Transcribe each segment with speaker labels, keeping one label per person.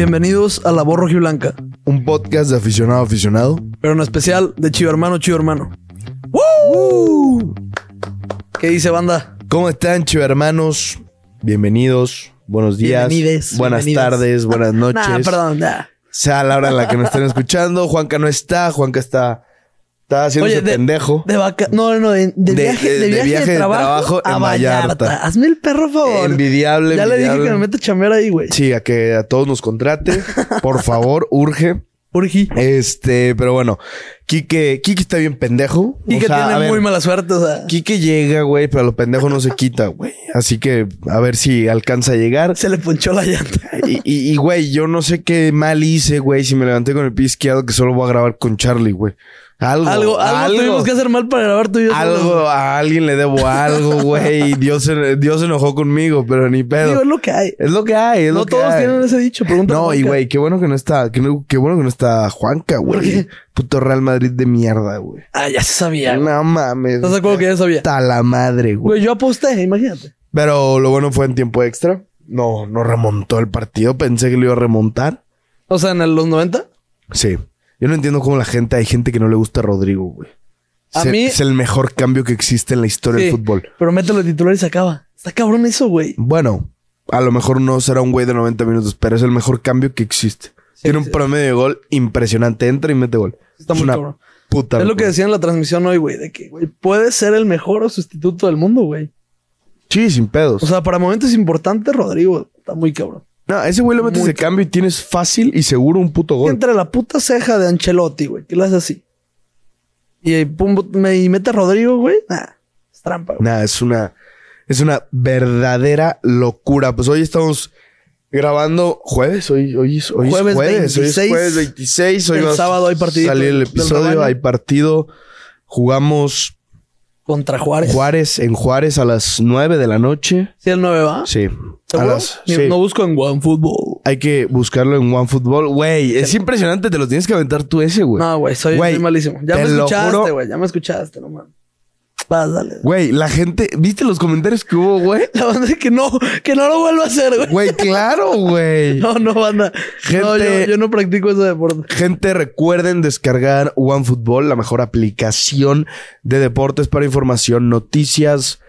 Speaker 1: Bienvenidos a La Voz Blanca,
Speaker 2: Un podcast de aficionado a aficionado.
Speaker 1: pero en especial de Chivo Hermano, Chivo Hermano. ¿Qué dice banda?
Speaker 2: ¿Cómo están, chivermanos? Bienvenidos. Buenos días.
Speaker 1: Bienvenides,
Speaker 2: Buenas
Speaker 1: bienvenidas.
Speaker 2: tardes, buenas noches.
Speaker 1: Nah, perdón, nah.
Speaker 2: Sea la hora en la que nos estén escuchando. Juanca no está. Juanca está, está haciéndose
Speaker 1: de,
Speaker 2: pendejo.
Speaker 1: de vaca, no, no, de, de
Speaker 2: De- eh,
Speaker 1: viaje, de,
Speaker 2: de
Speaker 1: viaje de,
Speaker 2: viaje de
Speaker 1: trabajo,
Speaker 2: trabajo
Speaker 1: a
Speaker 2: en
Speaker 1: Vallarta.
Speaker 2: Vallarta.
Speaker 1: Hazme el perro favor.
Speaker 2: envidiable.
Speaker 1: ya le dije
Speaker 2: envidiable.
Speaker 1: que me meta chamera ahí, güey.
Speaker 2: Sí, a que a todos nos contrate. Por favor, urge.
Speaker 1: Urgi.
Speaker 2: Este, pero bueno, Quique, Quique está bien pendejo.
Speaker 1: Y
Speaker 2: O
Speaker 1: que
Speaker 2: sea, a
Speaker 1: tiene
Speaker 2: ver,
Speaker 1: muy mala suerte, o sea,
Speaker 2: Quique llega, güey, pero lo pendejo no se quita, güey. Así que a ver si alcanza a llegar.
Speaker 1: se le ponchó la llanta.
Speaker 2: Y, y- y, güey, yo no sé qué mal hice, güey, si me levanté con el pie izquierdo que solo voy a grabar con Charlie, güey. Algo,
Speaker 1: Algo, algo,
Speaker 2: algo, algo,
Speaker 1: tuvimos que hacer mal para grabar tú y yo. solos.
Speaker 2: a alguien le debo algo, güey. Dios, se- Dios se enojó conmigo, pero ni
Speaker 1: Digo,
Speaker 2: pedo.
Speaker 1: es lo que hay.
Speaker 2: Es lo que hay, es
Speaker 1: No
Speaker 2: lo que
Speaker 1: todos
Speaker 2: hay.
Speaker 1: tienen ese dicho. Pregunta
Speaker 2: No, y
Speaker 1: Juanca.
Speaker 2: güey, qué bueno que no está, que no- qué bueno que no está Juanca,
Speaker 1: qué?
Speaker 2: güey. Puto Real Madrid de mierda, güey.
Speaker 1: Ah, ya se sabía. güey.
Speaker 2: No mames.
Speaker 1: ¿Estás de acuerdo que ya sabía?
Speaker 2: Está la madre, güey.
Speaker 1: Güey, yo aposté, imagínate.
Speaker 2: Pero lo bueno fue en tiempo extra. No, no remontó el partido. Pensé que lo iba a remontar.
Speaker 1: O sea, en el- los 90.
Speaker 2: Sí. Yo no entiendo cómo la gente, hay gente que no le gusta a Rodrigo, güey.
Speaker 1: A
Speaker 2: Es el-
Speaker 1: mí-
Speaker 2: Es el mejor cambio que existe en la historia
Speaker 1: Sí,
Speaker 2: del fútbol.
Speaker 1: Pero mételo de titular y se acaba. Está cabrón eso, güey.
Speaker 2: Bueno, a lo mejor no será un güey de 90 minutos, pero es el mejor cambio que existe. Tiene un
Speaker 1: sí.
Speaker 2: promedio de gol impresionante. Entra y mete gol.
Speaker 1: Está
Speaker 2: Es
Speaker 1: muy
Speaker 2: una
Speaker 1: cabrón.
Speaker 2: Puta.
Speaker 1: es lo que
Speaker 2: locura.
Speaker 1: decía en la transmisión hoy, güey. De que, güey, puede ser el mejor sustituto del mundo, güey.
Speaker 2: Sí, sin pedos.
Speaker 1: O sea, para momentos importantes, Rodrigo está muy cabrón.
Speaker 2: no, ese güey lo metes
Speaker 1: muy
Speaker 2: de cambio y tienes fácil y seguro un puto gol.
Speaker 1: Entre la puta ceja de Ancelotti, güey, que lo hace así. Y ahí, pum, me, y mete a Rodrigo, güey. Nah, es trampa, güey.
Speaker 2: Nada, es una, es una verdadera locura. Pues hoy estamos grabando jueves, hoy, hoy, es- hoy
Speaker 1: Jueves
Speaker 2: es jueves, hoy
Speaker 1: 26.
Speaker 2: es jueves 26, hoy
Speaker 1: El
Speaker 2: va a
Speaker 1: sábado hay partidito
Speaker 2: salir el
Speaker 1: del rebaño.
Speaker 2: episodio, hay partido, jugamos
Speaker 1: Contra Juárez.
Speaker 2: Juárez en Juárez a las 9 de la noche.
Speaker 1: Si el 9 va.
Speaker 2: Sí, a
Speaker 1: ¿Seguro?
Speaker 2: las,
Speaker 1: Ni-
Speaker 2: sí.
Speaker 1: No busco en OneFootball.
Speaker 2: Hay que buscarlo en OneFootball. Güey, es impresionante, te lo tienes que aventar tú ese, güey.
Speaker 1: No, güey, soy
Speaker 2: Güey,
Speaker 1: muy malísimo. Ya
Speaker 2: te
Speaker 1: me
Speaker 2: lo
Speaker 1: escuchaste,
Speaker 2: juro.
Speaker 1: güey. Ya me escuchaste, no mames. Vas, dale.
Speaker 2: Güey, la gente, ¿viste los comentarios que hubo, güey?
Speaker 1: La banda es que no, que no lo vuelva a hacer, güey.
Speaker 2: Güey, claro, güey.
Speaker 1: No, no, banda. No, yo,
Speaker 2: Gente-
Speaker 1: yo no practico ese deporte.
Speaker 2: Gente, recuerden descargar OneFootball, la mejor aplicación de deportes para información, noticias,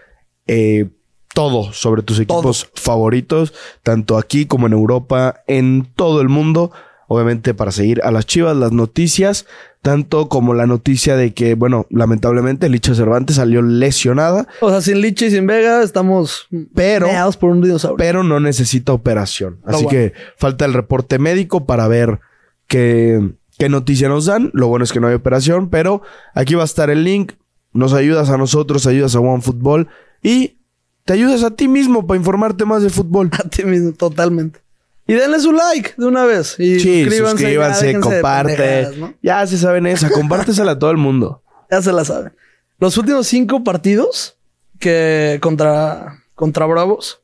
Speaker 2: eh, todo sobre tus equipos favoritos, tanto aquí como en Europa, en todo el mundo. Obviamente para seguir a las chivas, las noticias, tanto como la noticia de que, bueno, lamentablemente Licha Cervantes salió lesionada,
Speaker 1: O sea, sin Lichi y sin Vega estamos
Speaker 2: Pero-
Speaker 1: meados por un dinosaurio.
Speaker 2: pero no necesita operación.
Speaker 1: Lo
Speaker 2: Así
Speaker 1: bueno.
Speaker 2: que falta el reporte médico para ver qué, qué noticia nos dan. Lo bueno es que no hay operación, pero aquí va a estar el link. Nos ayudas a nosotros, ayudas a OneFootball y te ayudas a ti mismo para informarte más de fútbol.
Speaker 1: A ti mismo, totalmente. Y denle su like de una vez. Y
Speaker 2: Sí,
Speaker 1: suscríbanse, ya
Speaker 2: suscríbanse,
Speaker 1: déjense de
Speaker 2: comparte.
Speaker 1: pendejadas, ¿no?
Speaker 2: Ya se saben esa, compártesela a todo el mundo.
Speaker 1: Ya se la saben. Los últimos cinco partidos que contra, contra Bravos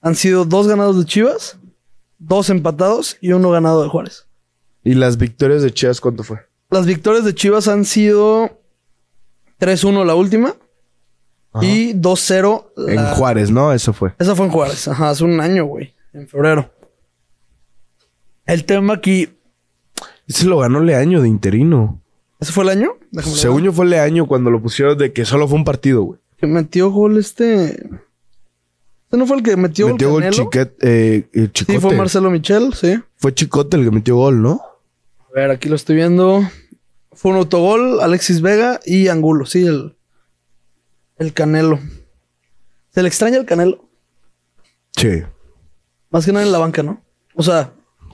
Speaker 1: han sido dos ganados de Chivas, dos empatados y uno ganado de Juárez.
Speaker 2: ¿Y las victorias de Chivas cuánto fue?
Speaker 1: Las victorias de Chivas han sido 3-1 la última y 2-0 la-
Speaker 2: En Juárez, ¿no? Eso fue.
Speaker 1: Esa fue en Juárez, ajá, hace un año, güey, en febrero. El tema aquí,
Speaker 2: Ese lo ganó Leaño de interino.
Speaker 1: ¿ese fue el año? Déjame ver.
Speaker 2: Según yo fue Leaño cuando lo pusieron de que solo fue un partido, güey.
Speaker 1: que metió gol este. ¿Este no fue el que metió,
Speaker 2: Metió gol
Speaker 1: Canelo?
Speaker 2: Chiquet, eh, eh,
Speaker 1: Sí,
Speaker 2: Chicote.
Speaker 1: fue Marcelo Michel, sí.
Speaker 2: Fue Chicote el que metió gol, ¿no?
Speaker 1: A ver, aquí lo estoy viendo. Fue un autogol, Alexis Vega y Angulo, sí, el, el Canelo. Se le extraña el Canelo,
Speaker 2: Sí.
Speaker 1: más que nada en la banca, ¿no? O sea,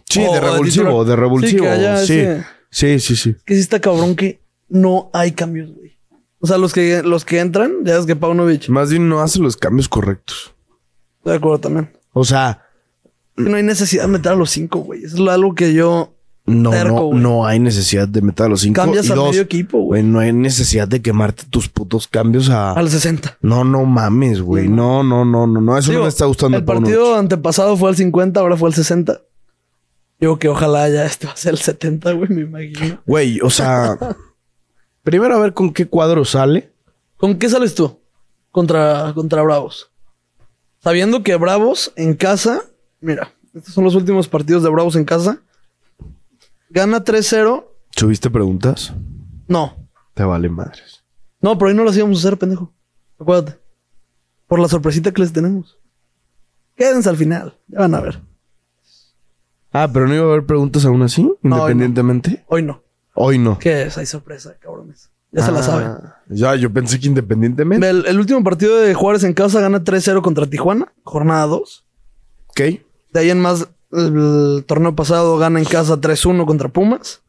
Speaker 2: Sí,
Speaker 1: o- o
Speaker 2: de revulsivo,
Speaker 1: Oh, titular.
Speaker 2: de revulsivo.
Speaker 1: Sí, que haya
Speaker 2: Sí,
Speaker 1: ese-
Speaker 2: sí, sí, sí.
Speaker 1: que sí está cabrón que no hay cambios, güey. O sea, los que, los que entran, ya es que Paunovic.
Speaker 2: Más bien no hace los cambios correctos.
Speaker 1: Estoy de acuerdo también.
Speaker 2: O sea,
Speaker 1: No hay necesidad de meter a los cinco, güey. Eso es algo que yo.
Speaker 2: no,
Speaker 1: Terco,
Speaker 2: no,
Speaker 1: güey.
Speaker 2: no hay necesidad de meter a los cinco.
Speaker 1: Cambias
Speaker 2: y
Speaker 1: a
Speaker 2: dos,
Speaker 1: medio equipo, güey.
Speaker 2: güey. No hay necesidad de quemarte tus putos cambios a.
Speaker 1: A los 60.
Speaker 2: No, no mames, güey. No, no, no, no, no. Eso
Speaker 1: Digo,
Speaker 2: no me está gustando.
Speaker 1: El
Speaker 2: para uno.
Speaker 1: partido antepasado fue al 50, ahora fue al 60. Digo que ojalá ya este va a ser el 70, güey, me imagino.
Speaker 2: Güey, o sea. primero a ver con qué cuadro sale.
Speaker 1: ¿Con qué sales tú contra, contra Bravos? Sabiendo que Bravos en casa, mira, Estos son los últimos partidos de Bravos en casa. Gana 3-0.
Speaker 2: ¿Subiste preguntas?
Speaker 1: No.
Speaker 2: Te valen madres.
Speaker 1: No, pero ahí no las íbamos a hacer, pendejo. Acuérdate. Por la sorpresita que les tenemos. Quédense al final. Ya van a ver.
Speaker 2: Ah, pero no iba a haber preguntas aún así, independientemente.
Speaker 1: Hoy no.
Speaker 2: Hoy no.
Speaker 1: ¿Qué es? Hay sorpresa, cabrones. Ya se la saben.
Speaker 2: Ah, Ya, yo pensé que independientemente.
Speaker 1: El, el último partido de Juárez en casa gana 3-0 contra Tijuana. Jornada 2.
Speaker 2: Ok.
Speaker 1: De ahí en más, el, el torneo pasado gana en casa 3-1 contra Pumas.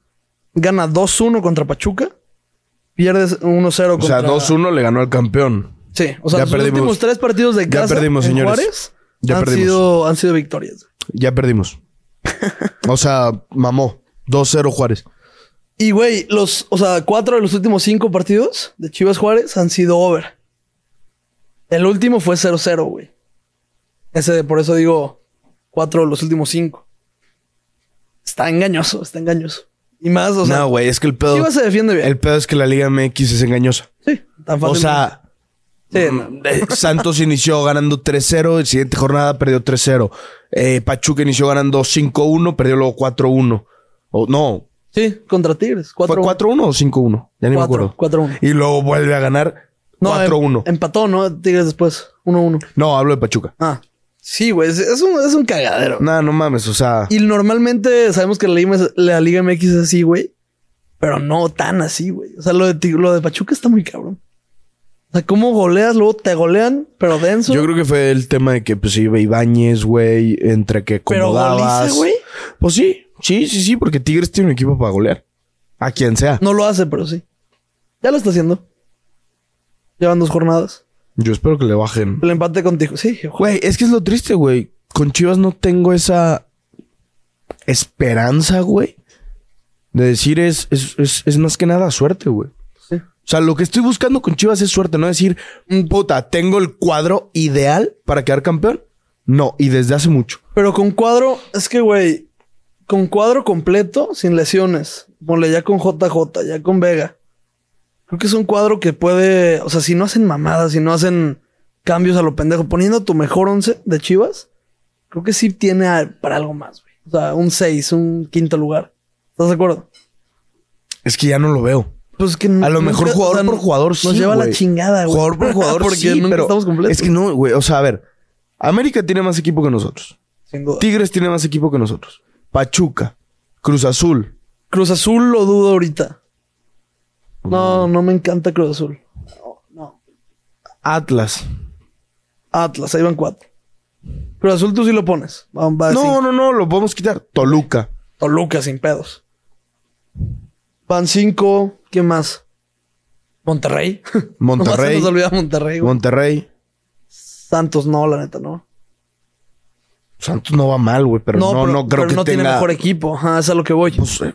Speaker 1: Gana 2-1 contra Pachuca. Pierdes 1-0
Speaker 2: O
Speaker 1: contra...
Speaker 2: sea, 2-1 le ganó al campeón.
Speaker 1: Sí, o sea,
Speaker 2: Ya
Speaker 1: los
Speaker 2: perdimos.
Speaker 1: últimos tres partidos de
Speaker 2: Ya
Speaker 1: casa
Speaker 2: perdimos,
Speaker 1: en
Speaker 2: señores.
Speaker 1: Juárez
Speaker 2: Ya
Speaker 1: han,
Speaker 2: perdimos.
Speaker 1: Sido, han sido victorias.
Speaker 2: Ya perdimos. o sea, mamó. 2-0 Juárez.
Speaker 1: Y, güey, los, o sea, cuatro de los últimos cinco partidos de Chivas Juárez han sido over. El último fue 0-0, güey. Ese, de- por eso digo, cuatro de los últimos cinco. Está engañoso, está engañoso. Y más, o sea,
Speaker 2: no, güey, es que el pedo.
Speaker 1: Chivas se defiende bien.
Speaker 2: El pedo es que la Liga MX es engañosa.
Speaker 1: sí, tan
Speaker 2: O
Speaker 1: fácil.
Speaker 2: sea,
Speaker 1: Sí, no.
Speaker 2: eh, Santos inició ganando 3-0, el siguiente jornada perdió 3-0. Eh, Pachuca inició ganando 5-1, perdió luego 4-1. O no,
Speaker 1: Sí, contra Tigres.
Speaker 2: ¿fue
Speaker 1: 4
Speaker 2: 4-1 o 5-1? Ya ni me
Speaker 1: Cuatro,
Speaker 2: acuerdo.
Speaker 1: 4-1.
Speaker 2: Y luego vuelve a ganar 4-1.
Speaker 1: em, Empató, ¿no? Tigres después. 1-1.
Speaker 2: No, hablo de Pachuca.
Speaker 1: Ah. Sí, güey. Es, es un, es un cagadero.
Speaker 2: No, no mames, o sea,
Speaker 1: Y normalmente sabemos que la Liga, MX la Liga MX es así, güey. Pero no tan así, güey. O sea, lo de, Tig- lo de Pachuca está muy cabrón. O sea, cómo goleas, luego te golean, pero denso.
Speaker 2: yo creo que fue el tema de que pues iba Ibáñez, güey, entre que
Speaker 1: Pero
Speaker 2: acomodabas.
Speaker 1: goliza, güey.
Speaker 2: Pues sí, sí, sí, sí, porque Tigres tiene un equipo para golear. A quien sea.
Speaker 1: No lo hace, pero sí. Ya lo está haciendo. Llevan dos jornadas.
Speaker 2: Yo espero que le bajen.
Speaker 1: El empate contigo. Sí, hijo.
Speaker 2: Güey, es que es lo triste, güey. Con Chivas no tengo esa esperanza, güey. De decir es, es, es, es más que nada suerte, güey.
Speaker 1: Sí.
Speaker 2: O sea, lo que estoy buscando con Chivas es suerte, no decir, "Mm, puta, tengo el cuadro ideal para quedar campeón. No, y desde hace mucho.
Speaker 1: Pero con cuadro, es que, güey, con cuadro completo, sin lesiones, ponle ya con JJ, ya con Vega. Creo que es un cuadro que puede, o sea, si no hacen mamadas, si no hacen cambios a lo pendejo, poniendo tu mejor once de Chivas, creo que sí tiene a- para algo más, güey. O sea, un 6, un quinto lugar. ¿Estás de acuerdo?
Speaker 2: Es que ya no lo veo.
Speaker 1: Pues es que
Speaker 2: A lo mejor jugador por jugador
Speaker 1: nos
Speaker 2: sí.
Speaker 1: lleva a la
Speaker 2: güey.
Speaker 1: chingada, güey.
Speaker 2: Jugador por jugador
Speaker 1: Porque
Speaker 2: sí,
Speaker 1: nunca
Speaker 2: pero
Speaker 1: estamos completos.
Speaker 2: Es que no, güey. O sea, a ver. América tiene más equipo que nosotros.
Speaker 1: Sin duda.
Speaker 2: Tigres tiene más equipo que nosotros. Pachuca, Cruz Azul.
Speaker 1: Cruz Azul lo dudo ahorita. No, no me encanta Cruz Azul. No, no.
Speaker 2: Atlas.
Speaker 1: Atlas, ahí van cuatro. Cruz Azul tú sí lo pones. Va, va
Speaker 2: no,
Speaker 1: cinco.
Speaker 2: no, no, lo podemos quitar. Toluca.
Speaker 1: Toluca sin pedos. Van cinco. ¿Quién más? Monterrey. Nomás se
Speaker 2: Monterrey.
Speaker 1: nos olvida Monterrey. güey.
Speaker 2: Monterrey.
Speaker 1: Santos no, la neta, no.
Speaker 2: Santos no va mal, güey, pero no, no, creo
Speaker 1: pero
Speaker 2: que
Speaker 1: no
Speaker 2: tenga.
Speaker 1: tiene mejor equipo. Ajá, es a lo que voy.
Speaker 2: Pues, eh,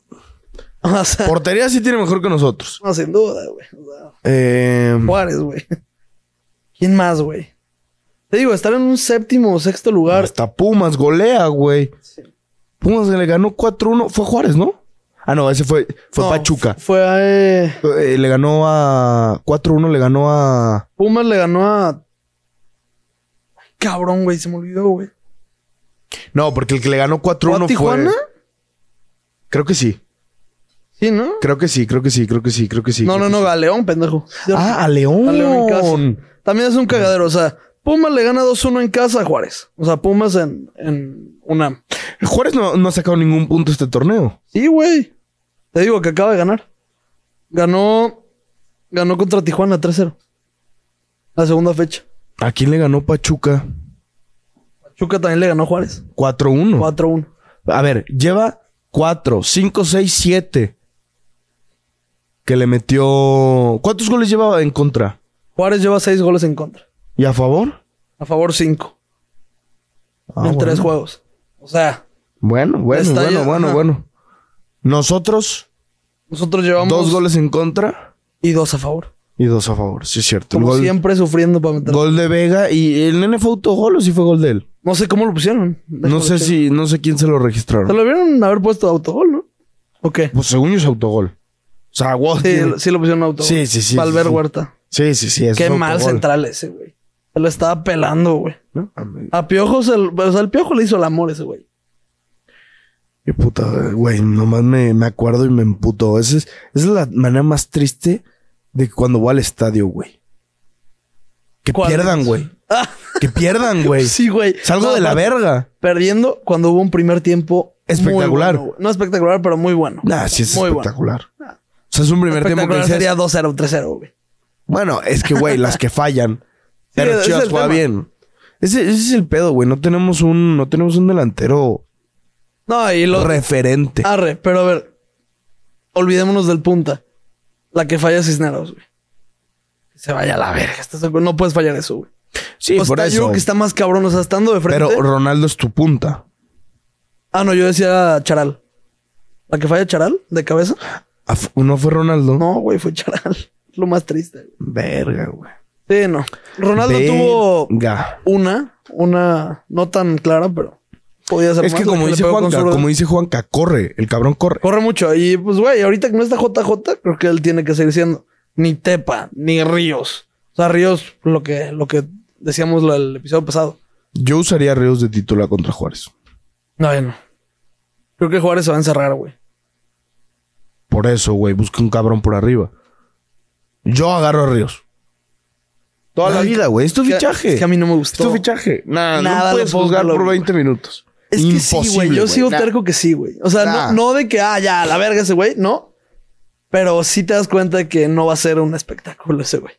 Speaker 1: o sea,
Speaker 2: portería sí tiene mejor que nosotros.
Speaker 1: no, sin duda, güey. O sea,
Speaker 2: Eh,
Speaker 1: Juárez, güey. ¿Quién más, güey? Te digo, estar en un séptimo o sexto lugar.
Speaker 2: hasta Pumas golea, güey. Pumas le ganó 4-1. Fue Juárez, ¿no? Ah, no, ese fue, fue
Speaker 1: No,
Speaker 2: Pachuca.
Speaker 1: Fue a... eh,
Speaker 2: Eh, le ganó a 4-1, le ganó a
Speaker 1: Pumas le ganó a... Cabrón, güey. Se me olvidó, güey.
Speaker 2: No, porque el que le ganó
Speaker 1: ¿Fue a
Speaker 2: 4-1 fue
Speaker 1: Tijuana?
Speaker 2: Creo que sí.
Speaker 1: Sí, ¿no?
Speaker 2: Creo que sí, creo que sí, creo que sí, creo que sí.
Speaker 1: no, no,
Speaker 2: creo
Speaker 1: no,
Speaker 2: que sí.
Speaker 1: Galeón, pendejo.
Speaker 2: Ah, a León.
Speaker 1: A León en casa. También es un cagadero. O sea, Pumas le gana 2-1 en casa a Juárez. O sea, Pumas en, en UNAM.
Speaker 2: Juárez no, no ha sacado ningún punto este torneo.
Speaker 1: Sí, güey. Te digo que acaba de ganar. Ganó. Ganó contra Tijuana 3-0. La segunda fecha.
Speaker 2: ¿A quién le ganó Pachuca?
Speaker 1: Pachuca también le ganó a Juárez.
Speaker 2: 4-1.
Speaker 1: 4-1.
Speaker 2: A ver, lleva 4, 5, 6, 7. Que le metió. ¿Cuántos goles llevaba en contra?
Speaker 1: Juárez lleva 6 goles en contra.
Speaker 2: ¿Y a favor?
Speaker 1: A favor 5.
Speaker 2: Ah,
Speaker 1: en
Speaker 2: bueno.
Speaker 1: 3 juegos. O sea,
Speaker 2: Bueno, bueno,
Speaker 1: Está
Speaker 2: bueno,
Speaker 1: ya-
Speaker 2: bueno,
Speaker 1: ajá.
Speaker 2: bueno. Nosotros,
Speaker 1: nosotros llevamos
Speaker 2: dos goles en contra
Speaker 1: y 2 a favor.
Speaker 2: y dos a favor. Sí, es cierto. El
Speaker 1: Como
Speaker 2: gol,
Speaker 1: siempre sufriendo para meter.
Speaker 2: gol de Vega y el nene fue autogol o si fue gol de él.
Speaker 1: No sé cómo lo pusieron. Déjame
Speaker 2: No sé
Speaker 1: checar.
Speaker 2: si, no sé quién se lo
Speaker 1: Se
Speaker 2: registraron.
Speaker 1: lo debieron haber puesto autogol, ¿no? ¿O qué?
Speaker 2: Pues según yo es autogol. O sea, wow,
Speaker 1: Sí,
Speaker 2: tiene-
Speaker 1: sí lo pusieron autogol.
Speaker 2: Sí, sí, sí,
Speaker 1: Valver
Speaker 2: sí, sí.
Speaker 1: Huerta.
Speaker 2: Sí, sí, sí. es
Speaker 1: qué
Speaker 2: un
Speaker 1: mal
Speaker 2: autogol.
Speaker 1: central ese, güey. Se lo estaba pelando, güey.
Speaker 2: ¿no? Ah, A mí-
Speaker 1: A Piojo se lo- o sea, el Piojo le hizo el amor ese güey.
Speaker 2: Qué puta, güey. Nomás me, me acuerdo y me emputo. Esa es, esa es la manera más triste de cuando voy al estadio, güey. Que
Speaker 1: ¿Cuál
Speaker 2: pierdan,
Speaker 1: es?
Speaker 2: güey.
Speaker 1: Ah,
Speaker 2: Que pierdan, güey.
Speaker 1: sí, güey.
Speaker 2: Salgo
Speaker 1: No,
Speaker 2: de la
Speaker 1: aparte,
Speaker 2: verga.
Speaker 1: Perdiendo cuando hubo un primer tiempo. muy
Speaker 2: Espectacular.
Speaker 1: bueno, güey. no espectacular, pero muy bueno.
Speaker 2: Nah, sí es
Speaker 1: Muy bueno. Ah.
Speaker 2: espectacular. O sea, es un primer tiempo que
Speaker 1: Espectacular
Speaker 2: dices,
Speaker 1: sería 2-0, 3-0, güey.
Speaker 2: Bueno, es que, güey, las que fallan.
Speaker 1: ese
Speaker 2: Pero
Speaker 1: es
Speaker 2: Chivas
Speaker 1: el
Speaker 2: juega
Speaker 1: tema.
Speaker 2: bien. Ese, ese es el pedo, güey. No tenemos un, no tenemos un delantero
Speaker 1: No, y lo. Ah,
Speaker 2: referente.
Speaker 1: Arre, pero a ver. Olvidémonos del punta. La que falla es Cisneros, güey. Que Se vaya a la verga. estás de acuerdo? No puedes fallar eso, güey.
Speaker 2: sí,
Speaker 1: o
Speaker 2: por
Speaker 1: sea, yo
Speaker 2: eso.
Speaker 1: creo que está más cabrón, o sea, estando de frente.
Speaker 2: Pero Ronaldo es tu punta.
Speaker 1: Ah, no, yo decía Charal. ¿La que falla Charal? ¿De cabeza?
Speaker 2: Ah, fu- ¿No fue Ronaldo?
Speaker 1: No, güey, fue Charal. Lo más triste. güey.
Speaker 2: Verga, güey.
Speaker 1: Sí, no. Ronaldo tuvo
Speaker 2: Verga.
Speaker 1: una, una no tan clara, pero podía ser
Speaker 2: Es
Speaker 1: más,
Speaker 2: que
Speaker 1: la
Speaker 2: como
Speaker 1: le
Speaker 2: dice
Speaker 1: pegó con
Speaker 2: Juanca,
Speaker 1: zurda.
Speaker 2: como dice Juanca, corre. El cabrón corre.
Speaker 1: Corre mucho. Y pues, güey, ahorita que no está JJ, creo que él tiene que seguir siendo ni Tepa, ni Ríos. O sea, Ríos, lo que, lo que decíamos la- el episodio pasado.
Speaker 2: Yo usaría a Ríos de titular contra Juárez.
Speaker 1: No, ya no. Creo que Juárez se va a encerrar, güey.
Speaker 2: Por eso, güey, busca un cabrón por arriba. Yo agarro a Ríos. Toda la
Speaker 1: Ay,
Speaker 2: vida, güey. Es tu
Speaker 1: que-
Speaker 2: fichaje.
Speaker 1: es que a mí no me gustó.
Speaker 2: Es tu fichaje. Nah,
Speaker 1: Nada
Speaker 2: no
Speaker 1: de
Speaker 2: puedes juzgar
Speaker 1: fútbol,
Speaker 2: por
Speaker 1: güey.
Speaker 2: 20 minutos.
Speaker 1: Es que sí, güey. Yo
Speaker 2: güey.
Speaker 1: sigo
Speaker 2: Nah.
Speaker 1: terco que sí, güey. O sea,
Speaker 2: Nah.
Speaker 1: no, no de que, ah, ya, a la verga ese güey, no. Pero sí te das cuenta de que no va a ser un espectáculo ese güey.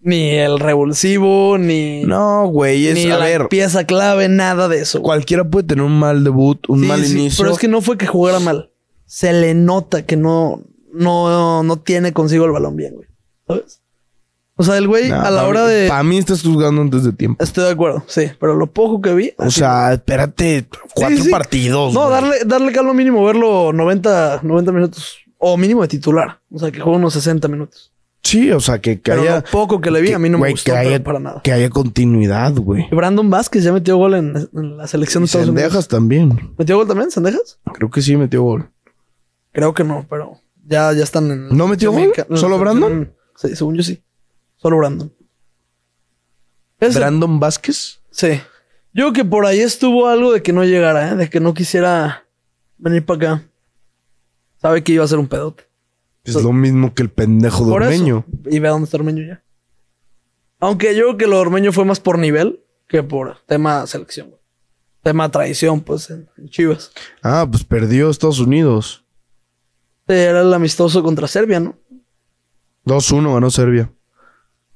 Speaker 1: Ni el revulsivo, ni,
Speaker 2: No, güey.
Speaker 1: ni
Speaker 2: Es, a
Speaker 1: la
Speaker 2: ver,
Speaker 1: pieza clave, nada de eso. güey.
Speaker 2: cualquiera puede tener un mal debut, un
Speaker 1: Sí,
Speaker 2: mal
Speaker 1: sí,
Speaker 2: inicio.
Speaker 1: Pero es que no fue que jugara mal. Se le nota que no, no, no tiene consigo el balón bien, güey. ¿Sabes? O sea, el güey
Speaker 2: Nah,
Speaker 1: a la
Speaker 2: pa-
Speaker 1: hora de.
Speaker 2: Para mí estás juzgando antes de tiempo.
Speaker 1: Estoy de acuerdo, sí. Pero lo poco que vi.
Speaker 2: O
Speaker 1: así-
Speaker 2: sea, espérate cuatro
Speaker 1: Sí, sí.
Speaker 2: partidos.
Speaker 1: No,
Speaker 2: güey.
Speaker 1: darle, darle calma mínimo, verlo 90, 90 minutos. O mínimo de titular. O sea, que juegue unos 60 minutos.
Speaker 2: Sí, o sea, que, que
Speaker 1: Pero
Speaker 2: haya.
Speaker 1: lo poco que le vi, a mí no me
Speaker 2: güey,
Speaker 1: gustó
Speaker 2: que
Speaker 1: pero
Speaker 2: haya-
Speaker 1: para nada.
Speaker 2: Que haya continuidad, güey.
Speaker 1: Y Brandon Vázquez ya metió gol en, en la selección de
Speaker 2: Y
Speaker 1: Estados Unidos.
Speaker 2: Sendejas también.
Speaker 1: ¿Metió gol también, Sendejas?
Speaker 2: Creo que sí metió gol.
Speaker 1: Creo que no, pero ya, ya están en...
Speaker 2: ¿No metió gol?
Speaker 1: Mexicana-
Speaker 2: ¿Solo Brandon?
Speaker 1: Sí, según yo sí. Solo Brandon. Ese-
Speaker 2: Brandon Vázquez.
Speaker 1: Sí. Yo creo que por ahí estuvo algo de que no llegara, ¿eh? de que no quisiera venir para acá. Sabe que iba a ser un pedote.
Speaker 2: Es lo mismo que el pendejo
Speaker 1: Pues,
Speaker 2: de
Speaker 1: Por
Speaker 2: Ormeño.
Speaker 1: eso. Y ve dónde está Ormeño ya. Aunque yo creo que lo de Ormeño fue más por nivel que por tema selección. güey. Tema traición, pues, en, en Chivas.
Speaker 2: Ah, pues perdió Estados Unidos.
Speaker 1: Era el amistoso contra Serbia, ¿no?
Speaker 2: 2-1 ganó Serbia.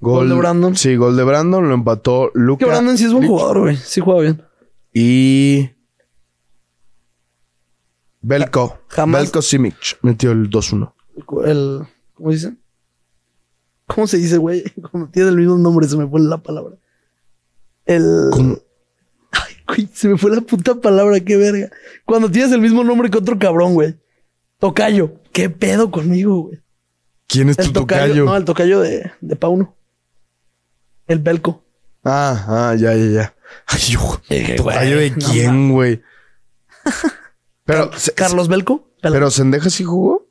Speaker 1: Gol de Brandon.
Speaker 2: Sí, gol de Brandon. Lo empató
Speaker 1: Que
Speaker 2: Luca.
Speaker 1: Brandon sí es buen jugador, güey. Sí juega bien.
Speaker 2: Y. Belko.
Speaker 1: Jamás-
Speaker 2: Belko Simic metió el 2-1.
Speaker 1: El, el- ¿Cómo dicen? ¿Cómo se dice, güey? Cuando tiene el mismo nombre se me fue la palabra. El...
Speaker 2: ¿Cómo?
Speaker 1: Ay, güey, se me fue la puta palabra, qué verga. Cuando tienes el mismo nombre que otro cabrón, güey. Tocayo. ¿Qué pedo conmigo, güey?
Speaker 2: ¿Quién es
Speaker 1: El
Speaker 2: tu
Speaker 1: tocayo,
Speaker 2: tocayo?
Speaker 1: No, el tocayo de, de Pauno. El Belco.
Speaker 2: Ah, ah, ya, ya, ya. Ay, yo,
Speaker 1: Eh,
Speaker 2: ¿tocayo
Speaker 1: güey,
Speaker 2: de
Speaker 1: no
Speaker 2: quién, güey? Pero, se-
Speaker 1: Carlos Belco. Pela-
Speaker 2: ¿Pero Sendeja sí jugó?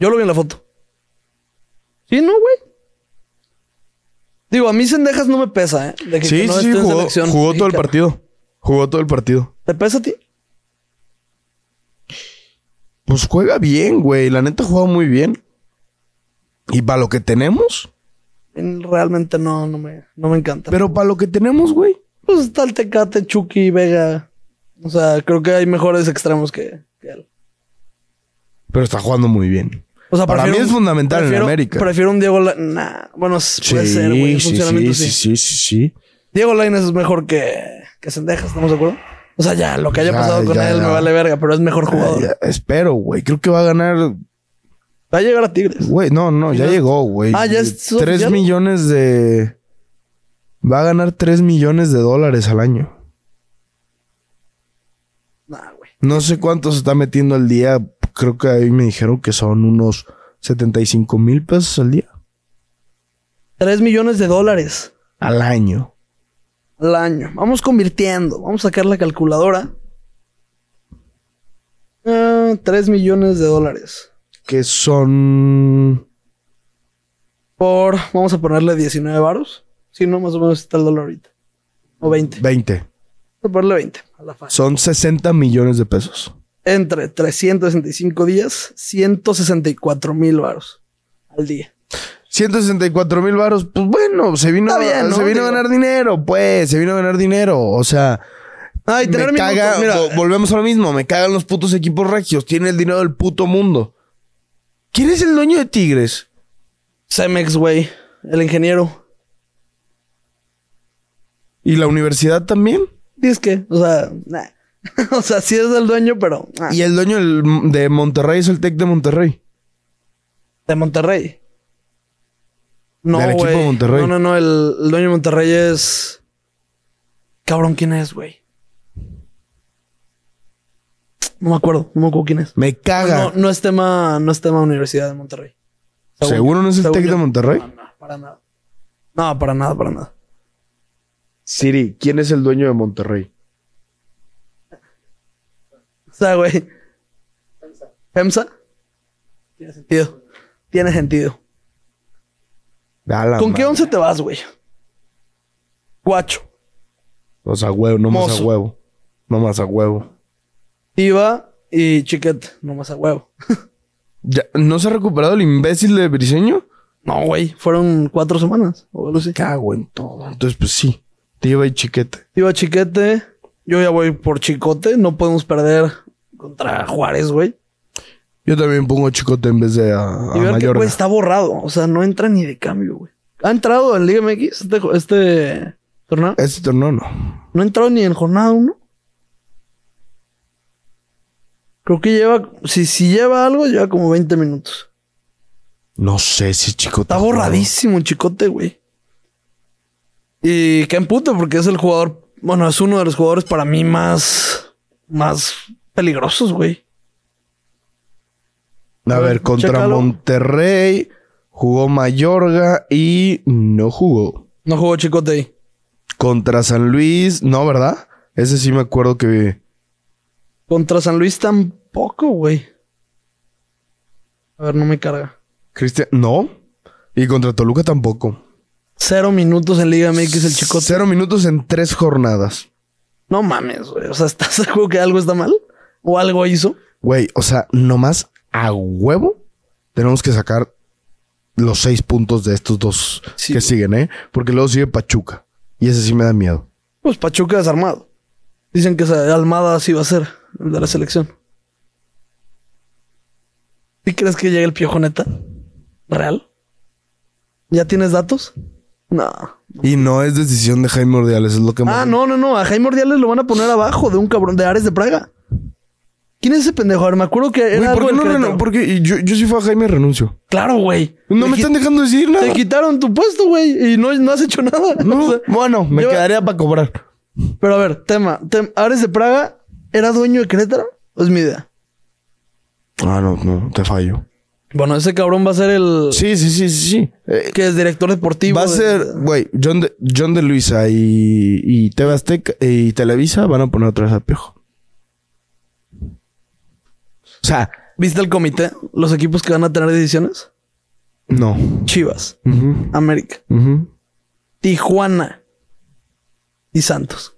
Speaker 1: Yo lo vi en la foto. Sí, no, güey. Digo, a mí Sendejas no me pesa, ¿eh? De que- que
Speaker 2: Sí,
Speaker 1: no
Speaker 2: sí, sí,
Speaker 1: esté en
Speaker 2: jugó,
Speaker 1: selección
Speaker 2: jugó todo el
Speaker 1: mexicana.
Speaker 2: partido. Jugó todo el partido.
Speaker 1: ¿Te pesa a ti?
Speaker 2: Pues juega bien, güey. La neta juega muy bien. Y para lo que tenemos,
Speaker 1: Realmente no, no me, no me encanta.
Speaker 2: pero para lo que tenemos, güey.
Speaker 1: Pues está el Tecate, Chucky, Vega. O sea, creo que hay mejores extremos que, que él.
Speaker 2: Pero está jugando muy bien.
Speaker 1: O sea,
Speaker 2: Para
Speaker 1: prefiero
Speaker 2: mí es
Speaker 1: un-
Speaker 2: fundamental en
Speaker 1: prefiero-
Speaker 2: América.
Speaker 1: Prefiero un Diego La... Nah, bueno, s- puede ser, güey. en
Speaker 2: sí,
Speaker 1: funcionamiento
Speaker 2: sí,
Speaker 1: sí.
Speaker 2: sí, sí, sí, sí.
Speaker 1: Diego Lainez es mejor que, que Sendejas, ¿estamos de acuerdo? O sea, ya, lo que haya
Speaker 2: Ya,
Speaker 1: pasado con
Speaker 2: ya,
Speaker 1: él
Speaker 2: ya.
Speaker 1: me vale verga, pero es mejor jugador.
Speaker 2: Ay, espero, güey. Creo que va a ganar.
Speaker 1: Va a llegar a Tigres.
Speaker 2: Güey, no, no, ya
Speaker 1: ¿No?
Speaker 2: llegó, güey.
Speaker 1: Ah, ya es su-
Speaker 2: Tres
Speaker 1: ya-
Speaker 2: millones de. Va a ganar tres millones de dólares al año.
Speaker 1: Nah, güey.
Speaker 2: No sé cuánto se está metiendo al día. Creo que ahí me dijeron que son unos 75 mil pesos al día.
Speaker 1: Tres millones de dólares
Speaker 2: Al año.
Speaker 1: al año. Vamos convirtiendo. Vamos a sacar la calculadora. Ah, tres millones de dólares.
Speaker 2: Que son.
Speaker 1: Por, vamos a ponerle 19 varos. Si no, más o menos está el dólar ahorita. O 20.
Speaker 2: 20.
Speaker 1: Vamos a ponerle 20 a la fase.
Speaker 2: Son 60 millones de pesos.
Speaker 1: Entre 365 días, 164 mil varos al día.
Speaker 2: 164 mil varos, pues bueno, se vino,
Speaker 1: Está bien, ¿no?
Speaker 2: se vino a
Speaker 1: Digo-
Speaker 2: ganar dinero, pues, se vino a ganar dinero. O sea,
Speaker 1: Ay,
Speaker 2: me
Speaker 1: minutos,
Speaker 2: caga,
Speaker 1: mira,
Speaker 2: vo- volvemos a lo mismo, me cagan los putos equipos regios, tiene el dinero del puto mundo. ¿Quién es el dueño de Tigres?
Speaker 1: Cemex, güey. El ingeniero.
Speaker 2: ¿Y la universidad también?
Speaker 1: Dices que, o sea, nah. o sea, sí es del dueño, pero nah.
Speaker 2: Y el dueño del- de Monterrey es el Tec de Monterrey.
Speaker 1: de Monterrey. No,
Speaker 2: Del equipo
Speaker 1: güey.
Speaker 2: de Monterrey.
Speaker 1: No, no, no. El, el dueño de Monterrey es. Cabrón, ¿quién es, güey? No me acuerdo, no me acuerdo quién es.
Speaker 2: Me caga.
Speaker 1: Pues No, no es tema, no es tema Universidad de Monterrey.
Speaker 2: ¿Seguro no es el
Speaker 1: según
Speaker 2: Tec
Speaker 1: yo-
Speaker 2: de Monterrey?
Speaker 1: No, no, para nada. No, para nada, para nada.
Speaker 2: Siri, ¿quién es el dueño de Monterrey?
Speaker 1: O sea, güey. ¿Pemsa? Tiene sentido. Tiene sentido. ¿Con qué
Speaker 2: once?
Speaker 1: once te vas, güey? Guacho.
Speaker 2: O sea, huevo, no más a
Speaker 1: Mozo.
Speaker 2: huevo. No más a huevo.
Speaker 1: Iba y chiquete. Nomás a huevo.
Speaker 2: Ya, ¿No se ha recuperado el imbécil de Briseño?
Speaker 1: No, güey. Fueron cuatro semanas. O algo así.
Speaker 2: Cago en todo. Entonces, pues sí. Te lleva y chiquete.
Speaker 1: Iba chiquete. Yo ya voy por chicote. No podemos perder contra Juárez, güey.
Speaker 2: Yo también pongo chicote en vez de a, a
Speaker 1: Y ver que,
Speaker 2: Mayorga.
Speaker 1: güey, está borrado. O sea, no entra ni de cambio, güey. ¿Ha entrado en Liga MX este, jo- este torneo?
Speaker 2: Este torneo no.
Speaker 1: No ha entrado ni en jornada uno. Creo que lleva... Si, si lleva algo, lleva como 20 minutos.
Speaker 2: No sé si chicote.
Speaker 1: Está borradísimo, chicote, güey. Y qué emputa, porque es el jugador... Bueno, es uno de los jugadores para mí más... Más peligrosos, güey.
Speaker 2: A ver, contra
Speaker 1: Chécalo.
Speaker 2: Monterrey jugó Mayorga y no jugó.
Speaker 1: No jugó chicote ahí.
Speaker 2: Contra San Luis, no, ¿verdad? Ese sí me acuerdo que.
Speaker 1: Contra San Luis tampoco, güey. A ver, no me carga.
Speaker 2: Cristian. No. Y contra Toluca tampoco.
Speaker 1: Cero minutos en Liga MX el chicote.
Speaker 2: Cero minutos en tres jornadas.
Speaker 1: No mames, güey. O sea, ¿estás seguro que algo está mal? ¿O algo hizo?
Speaker 2: Güey, o sea, nomás a huevo tenemos que sacar los seis puntos de estos dos
Speaker 1: Sí,
Speaker 2: que
Speaker 1: güey.
Speaker 2: siguen, ¿eh? Porque luego sigue Pachuca. Y ese sí me da miedo.
Speaker 1: Pues Pachuca desarmado. Dicen que esa Almada sí va a ser el de la selección. ¿Y crees que llegue el piojo neta? ¿Real? ¿Ya tienes datos? No.
Speaker 2: Y no es decisión de Jaime Ordiales, es lo que
Speaker 1: Ah, no, no, no. A Jaime Ordiales lo van a poner abajo de un cabrón de Ares de Praga. ¿Quién es ese pendejo? A ver, me acuerdo que era
Speaker 2: Güey,
Speaker 1: algo
Speaker 2: ¿por qué
Speaker 1: del
Speaker 2: no
Speaker 1: Querétaro.
Speaker 2: renuncio? Porque yo, yo si fuera Jaime renuncio.
Speaker 1: Claro, güey.
Speaker 2: No
Speaker 1: Te
Speaker 2: me
Speaker 1: qui-
Speaker 2: están dejando decir nada.
Speaker 1: Te quitaron tu puesto, güey, y no, no has hecho nada.
Speaker 2: No,
Speaker 1: O sea,
Speaker 2: bueno, me
Speaker 1: yo-
Speaker 2: quedaría para cobrar.
Speaker 1: Pero a ver, tema. tem- Ares de Praga era dueño de Querétaro. Es mi idea.
Speaker 2: Ah, no, no, te fallo.
Speaker 1: Bueno, ese cabrón va a ser el
Speaker 2: Sí, sí, sí, sí, sí. Eh,
Speaker 1: que es director deportivo.
Speaker 2: Va a
Speaker 1: de-
Speaker 2: ser, güey, John de, John de Luisa y, y TV Azteca y Televisa van a poner otra vez a Piojo. O sea,
Speaker 1: ¿Viste el comité? Los equipos que van a tener decisiones.
Speaker 2: no.
Speaker 1: Chivas,
Speaker 2: Ujú,
Speaker 1: América,
Speaker 2: ujú.
Speaker 1: Tijuana y Santos.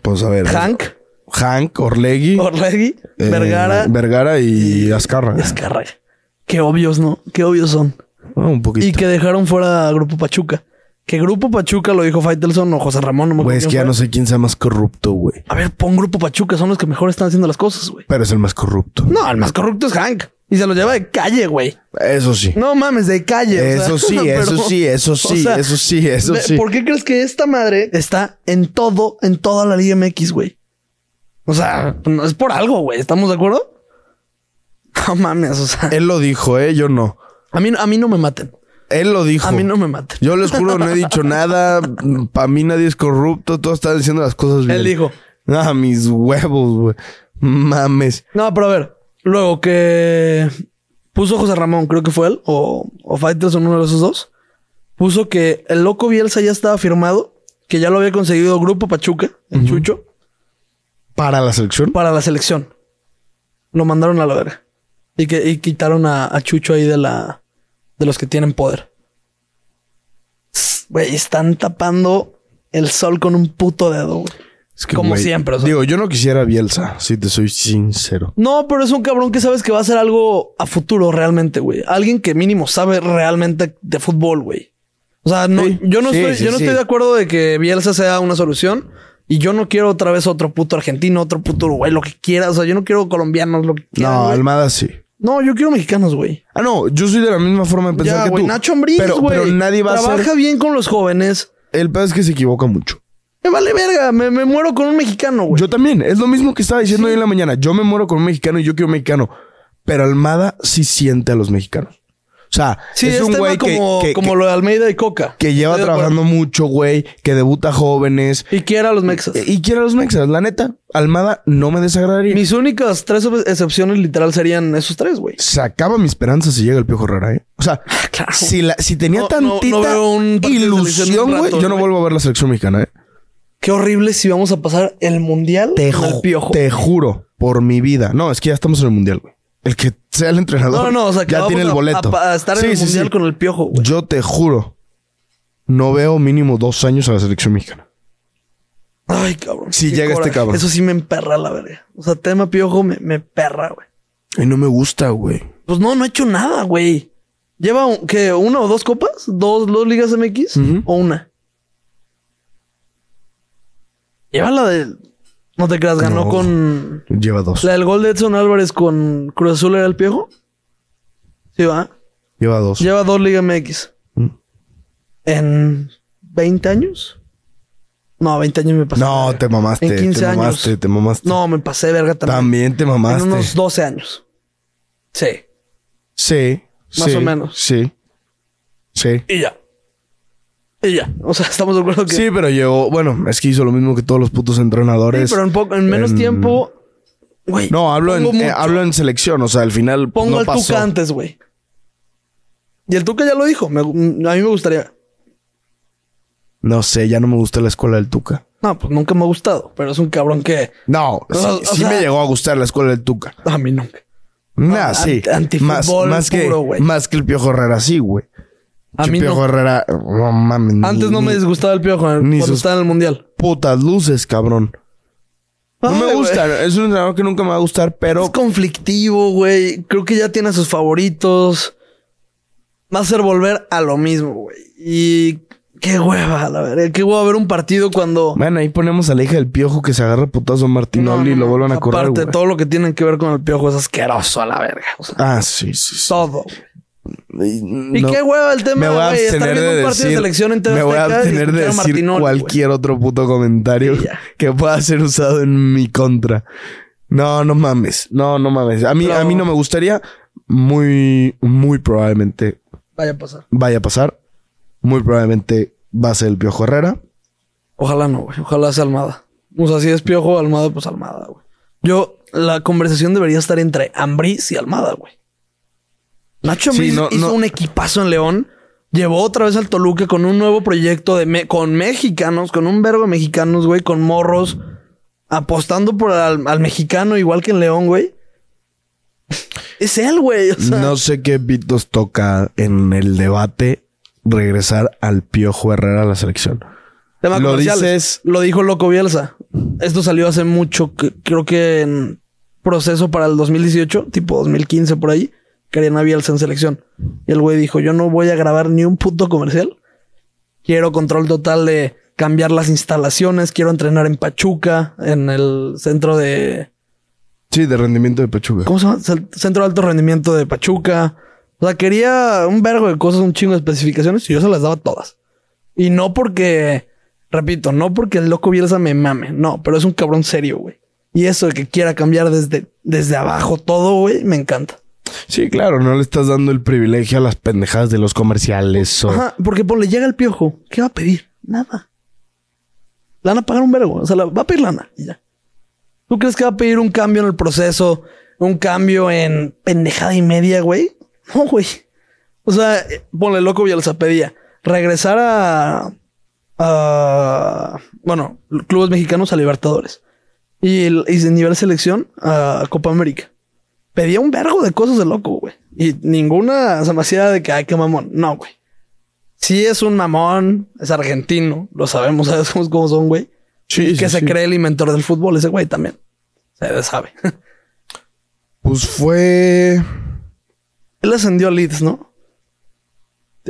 Speaker 2: Pues a ver.
Speaker 1: Hank,
Speaker 2: Hank, Orlegui.
Speaker 1: Orlegui,
Speaker 2: eh,
Speaker 1: Vergara
Speaker 2: Vergara y, Azcarra.
Speaker 1: y Azcárraga. Qué obvios, ¿no? Qué obvios son.
Speaker 2: Ah, un poquito.
Speaker 1: Y que dejaron fuera a Grupo Pachuca. Que Grupo Pachuca lo dijo Faitelson o José Ramón, no me
Speaker 2: Güey,
Speaker 1: acuerdo
Speaker 2: es
Speaker 1: quién
Speaker 2: que ya
Speaker 1: fue.
Speaker 2: no sé quién sea más corrupto, güey.
Speaker 1: A ver, pon Grupo Pachuca, son los que mejor están haciendo las cosas, güey.
Speaker 2: Pero es el más corrupto.
Speaker 1: No, el más corrupto es Hank. Y se lo lleva de calle, güey.
Speaker 2: Eso sí.
Speaker 1: No mames, de calle. o sea,
Speaker 2: Eso sí,
Speaker 1: pero-
Speaker 2: eso sí, eso sí, eso sí, eso
Speaker 1: ve,
Speaker 2: sí.
Speaker 1: ¿Por qué crees que esta madre está en todo, en toda la Liga MX, güey? O sea, no es por algo, güey. ¿Estamos de acuerdo? No mames, o sea.
Speaker 2: Él lo dijo, eh, yo no.
Speaker 1: A mí, a mí no me maten.
Speaker 2: Él lo dijo.
Speaker 1: A mí no me maten.
Speaker 2: Yo les juro, no he dicho nada. Para mí nadie es corrupto. Todos están diciendo las cosas bien.
Speaker 1: Él dijo.
Speaker 2: Ah, mis huevos, güey. Mames.
Speaker 1: No, pero a ver. Luego que puso José Ramón, creo que fue él, o, o Faitelson, uno de esos dos. Puso que el loco Bielsa ya estaba firmado, que ya lo había conseguido Grupo Pachuca, el Chucho,
Speaker 2: ¿Para la selección?
Speaker 1: para la selección. Lo mandaron a la verga. Y que y quitaron a, a Chucho ahí de la de los que tienen poder. S- Güey, están tapando el sol con un puto dedo. güey.
Speaker 2: Es que,
Speaker 1: Como
Speaker 2: güey,
Speaker 1: siempre, o sea.
Speaker 2: Digo, yo no quisiera a Bielsa, si te soy sincero.
Speaker 1: No, pero es un cabrón que sabes que va a hacer algo a futuro realmente, güey. Alguien que mínimo sabe realmente de fútbol, güey. O sea, no,
Speaker 2: Sí,
Speaker 1: yo no,
Speaker 2: sí,
Speaker 1: estoy,
Speaker 2: sí,
Speaker 1: yo no
Speaker 2: sí.
Speaker 1: estoy de acuerdo de que Bielsa sea una solución. Y yo no quiero otra vez otro puto argentino, otro puto uruguay, lo que quiera. O sea, yo no quiero colombianos, lo que quiera.
Speaker 2: No,
Speaker 1: güey.
Speaker 2: Almada sí.
Speaker 1: No, yo quiero mexicanos, güey.
Speaker 2: Ah, no, yo soy de la misma forma de pensar
Speaker 1: Ya,
Speaker 2: Pues que
Speaker 1: güey.
Speaker 2: tú.
Speaker 1: Nacho Ambriz,
Speaker 2: pero,
Speaker 1: güey.
Speaker 2: pero nadie va
Speaker 1: Trabaja
Speaker 2: a ser.
Speaker 1: bien con los jóvenes.
Speaker 2: El pedo es que se equivoca mucho.
Speaker 1: Me vale verga. Me, me muero con un mexicano, güey.
Speaker 2: Yo también. Es lo mismo que estaba diciendo hoy en la mañana. Yo me muero con un mexicano y yo quiero un mexicano. Pero Almada sí siente a los mexicanos. O sea,
Speaker 1: Sí,
Speaker 2: es,
Speaker 1: es,
Speaker 2: un
Speaker 1: tema
Speaker 2: güey que,
Speaker 1: como,
Speaker 2: que-
Speaker 1: como
Speaker 2: que-
Speaker 1: lo de Almeida y Coca.
Speaker 2: que lleva
Speaker 1: Estoy de acuerdo.
Speaker 2: trabajando mucho, güey, que debuta jóvenes E,
Speaker 1: Y quiera a los mexas.
Speaker 2: y, y quiere a los mexas. La neta, Almada no me desagradaría.
Speaker 1: Mis únicas tres excepciones literal serían esos tres, güey.
Speaker 2: Se acaba mi esperanza si llega el Piojo Herrera, ¿eh? O sea,
Speaker 1: Ah, claro.
Speaker 2: si, la, si tenía
Speaker 1: No, no,
Speaker 2: tantita
Speaker 1: no veo un partido de selección en
Speaker 2: ilusión,
Speaker 1: un
Speaker 2: güey,
Speaker 1: rato,
Speaker 2: yo no
Speaker 1: güey.
Speaker 2: vuelvo a ver la selección mexicana, ¿eh?
Speaker 1: Qué horrible si vamos a pasar el mundial
Speaker 2: Te,
Speaker 1: con el
Speaker 2: ju-
Speaker 1: piojo.
Speaker 2: te juro, por mi vida. No, es que ya estamos en el mundial, güey. El que sea el entrenador
Speaker 1: No, no, no, o sea, que
Speaker 2: ya
Speaker 1: vamos
Speaker 2: tiene el
Speaker 1: a-
Speaker 2: boleto.
Speaker 1: A, a estar
Speaker 2: Sí,
Speaker 1: en el
Speaker 2: sí,
Speaker 1: mundial
Speaker 2: sí.
Speaker 1: con el piojo, güey.
Speaker 2: Yo te juro, no veo mínimo dos años a la selección mexicana.
Speaker 1: Ay, cabrón.
Speaker 2: Si
Speaker 1: qué
Speaker 2: llega este cabrón.
Speaker 1: Eso sí me emperra la verga. O sea, tema piojo me, me perra, güey.
Speaker 2: Y no me gusta, güey.
Speaker 1: Pues no, no ha hecho nada, güey. Lleva un- ¿qué? una o dos copas, dos, dos ligas MX
Speaker 2: Ujú.
Speaker 1: o una. Lleva la de. No te creas, ganó
Speaker 2: No.
Speaker 1: con.
Speaker 2: Lleva dos.
Speaker 1: La del gol de Edson Álvarez con Cruz Azul era el piojo. Sí, va.
Speaker 2: Lleva dos.
Speaker 1: Lleva dos Liga MX.
Speaker 2: Mm.
Speaker 1: ¿En 20 años? No, 20 años me pasé.
Speaker 2: No,
Speaker 1: verga.
Speaker 2: te mamaste.
Speaker 1: En 15
Speaker 2: te
Speaker 1: años.
Speaker 2: mamaste, te mamaste.
Speaker 1: No, me pasé verga también.
Speaker 2: También te mamaste.
Speaker 1: En unos 12 años. Sí.
Speaker 2: Sí.
Speaker 1: Más
Speaker 2: sí,
Speaker 1: o menos.
Speaker 2: Sí. Sí.
Speaker 1: Y ya. Y ya. O sea, estamos de acuerdo que.
Speaker 2: Sí, pero llegó. Bueno, es que hizo lo mismo que todos los putos
Speaker 1: Sí,
Speaker 2: entrenadores.
Speaker 1: pero en, poco- en menos
Speaker 2: en-
Speaker 1: tiempo. Güey.
Speaker 2: No, hablo en,
Speaker 1: pongo
Speaker 2: eh,
Speaker 1: mucho.
Speaker 2: hablo en selección. O sea, al final.
Speaker 1: Pongo
Speaker 2: no
Speaker 1: al
Speaker 2: pasó.
Speaker 1: Tuca antes, güey. Y el Tuca ya lo dijo. me- a mí me gustaría.
Speaker 2: No sé, ya no me gusta la escuela del Tuca.
Speaker 1: No, pues nunca me ha gustado. Pero es un cabrón que.
Speaker 2: No, sí,
Speaker 1: o
Speaker 2: sí
Speaker 1: sea-
Speaker 2: me llegó a gustar la escuela del Tuca.
Speaker 1: A mí nunca.
Speaker 2: Nah,
Speaker 1: an-
Speaker 2: sí. Más,
Speaker 1: antifútbol
Speaker 2: más, que,
Speaker 1: puro, güey.
Speaker 2: más que el Piojo Herrera, sí, güey.
Speaker 1: A
Speaker 2: El
Speaker 1: mí
Speaker 2: Piojo
Speaker 1: no.
Speaker 2: Herrera, no mames. ni-
Speaker 1: Antes no me
Speaker 2: ni
Speaker 1: disgustaba el piojo
Speaker 2: ni
Speaker 1: cuando
Speaker 2: sus-
Speaker 1: estaba en el mundial.
Speaker 2: Putas luces, cabrón. No
Speaker 1: Ay,
Speaker 2: me
Speaker 1: güey.
Speaker 2: gusta. Es un entrenador que nunca me va a gustar,
Speaker 1: Es
Speaker 2: pero
Speaker 1: conflictivo, güey. Creo que ya tiene a sus favoritos. Va a ser volver a lo mismo, güey. Y qué hueva, la verdad. Qué hueva ver un partido cuando.
Speaker 2: Bueno, ahí ponemos a la hija del piojo que se agarra putazo a Martinoli y lo vuelvan a correr.
Speaker 1: Aparte,
Speaker 2: güey.
Speaker 1: todo lo que tiene que ver con el piojo es asqueroso a la verga. O sea,
Speaker 2: Ah, sí, sí. sí.
Speaker 1: todo.
Speaker 2: Y,
Speaker 1: Y
Speaker 2: no,
Speaker 1: qué hueva el tema,
Speaker 2: me voy a
Speaker 1: güey. Estar
Speaker 2: abstener
Speaker 1: viendo
Speaker 2: de
Speaker 1: un partido
Speaker 2: decir,
Speaker 1: de selección en TV
Speaker 2: me voy a
Speaker 1: Azteca y
Speaker 2: abstener de
Speaker 1: escuchar a
Speaker 2: decir
Speaker 1: Martinoli, güey.
Speaker 2: cualquier otro puto comentario
Speaker 1: Sí, ya.
Speaker 2: que pueda ser usado en mi contra. No, no mames. No, no mames. A mí, a mí no me gustaría. Muy, muy probablemente
Speaker 1: Vaya a pasar.
Speaker 2: vaya a pasar. Muy probablemente va a ser el Piojo Herrera.
Speaker 1: Ojalá no, güey. Ojalá sea Almada. O sea, si es Piojo Almada, pues Almada, güey. Yo, la conversación debería estar entre Ambriz y Almada, güey. Nacho
Speaker 2: Sí,
Speaker 1: Ambriz
Speaker 2: no,
Speaker 1: hizo
Speaker 2: no.
Speaker 1: un equipazo en León. Llevó otra vez al Toluca con un nuevo proyecto de me- con mexicanos, con un vergo de mexicanos, güey, con morros. Apostando por al, al mexicano igual que en León, güey. Es él, güey. O sea,
Speaker 2: no sé qué pitos toca en el debate regresar al Piojo Herrera a la selección.
Speaker 1: Tema
Speaker 2: Lo
Speaker 1: comerciales.
Speaker 2: dices-
Speaker 1: Lo dijo Loco Bielsa. Esto salió hace mucho, que- creo que en proceso para el 2018, tipo 2015 por ahí. Querían a Bielsa en selección. Y el güey dijo, yo no voy a grabar ni un puto comercial. Quiero control total de cambiar las instalaciones. Quiero entrenar en Pachuca, en el centro de...
Speaker 2: Sí, de rendimiento de Pachuca.
Speaker 1: ¿Cómo se llama? Cel- Centro de Alto Rendimiento de Pachuca. O sea, quería un vergo de cosas, un chingo de especificaciones y yo se las daba todas. Y no porque, repito, no porque el loco Bielsa me mame, no, pero es un cabrón serio, güey. Y eso de que quiera cambiar desde, desde abajo todo, güey, me encanta.
Speaker 2: Sí, claro, no le estás dando el privilegio a las pendejadas de los comerciales o...
Speaker 1: Ajá, porque ponle, llega el piojo, ¿qué va a pedir? Nada. Le van a pagar un vergo, o sea, la- va a pedir lana y ya. ¿Tú crees que va a pedir un cambio en el proceso? ¿Un cambio en pendejada y media, güey? No, güey. O sea, eh, ponle loco Bielsa pedía regresar a, a bueno, clubes mexicanos a Libertadores y, el- y de nivel selección a Copa América. Pedía un vergo de cosas de loco, güey. Y ninguna se me hacía de que, ay, qué mamón. No, güey. sí es un mamón, es argentino, lo sabemos, sabemos cómo son, güey.
Speaker 2: Sí,
Speaker 1: que
Speaker 2: sí,
Speaker 1: se
Speaker 2: sí.
Speaker 1: cree el inventor del fútbol, ese güey también. Se sabe.
Speaker 2: Pues fue.
Speaker 1: Él ascendió a Leeds, ¿no?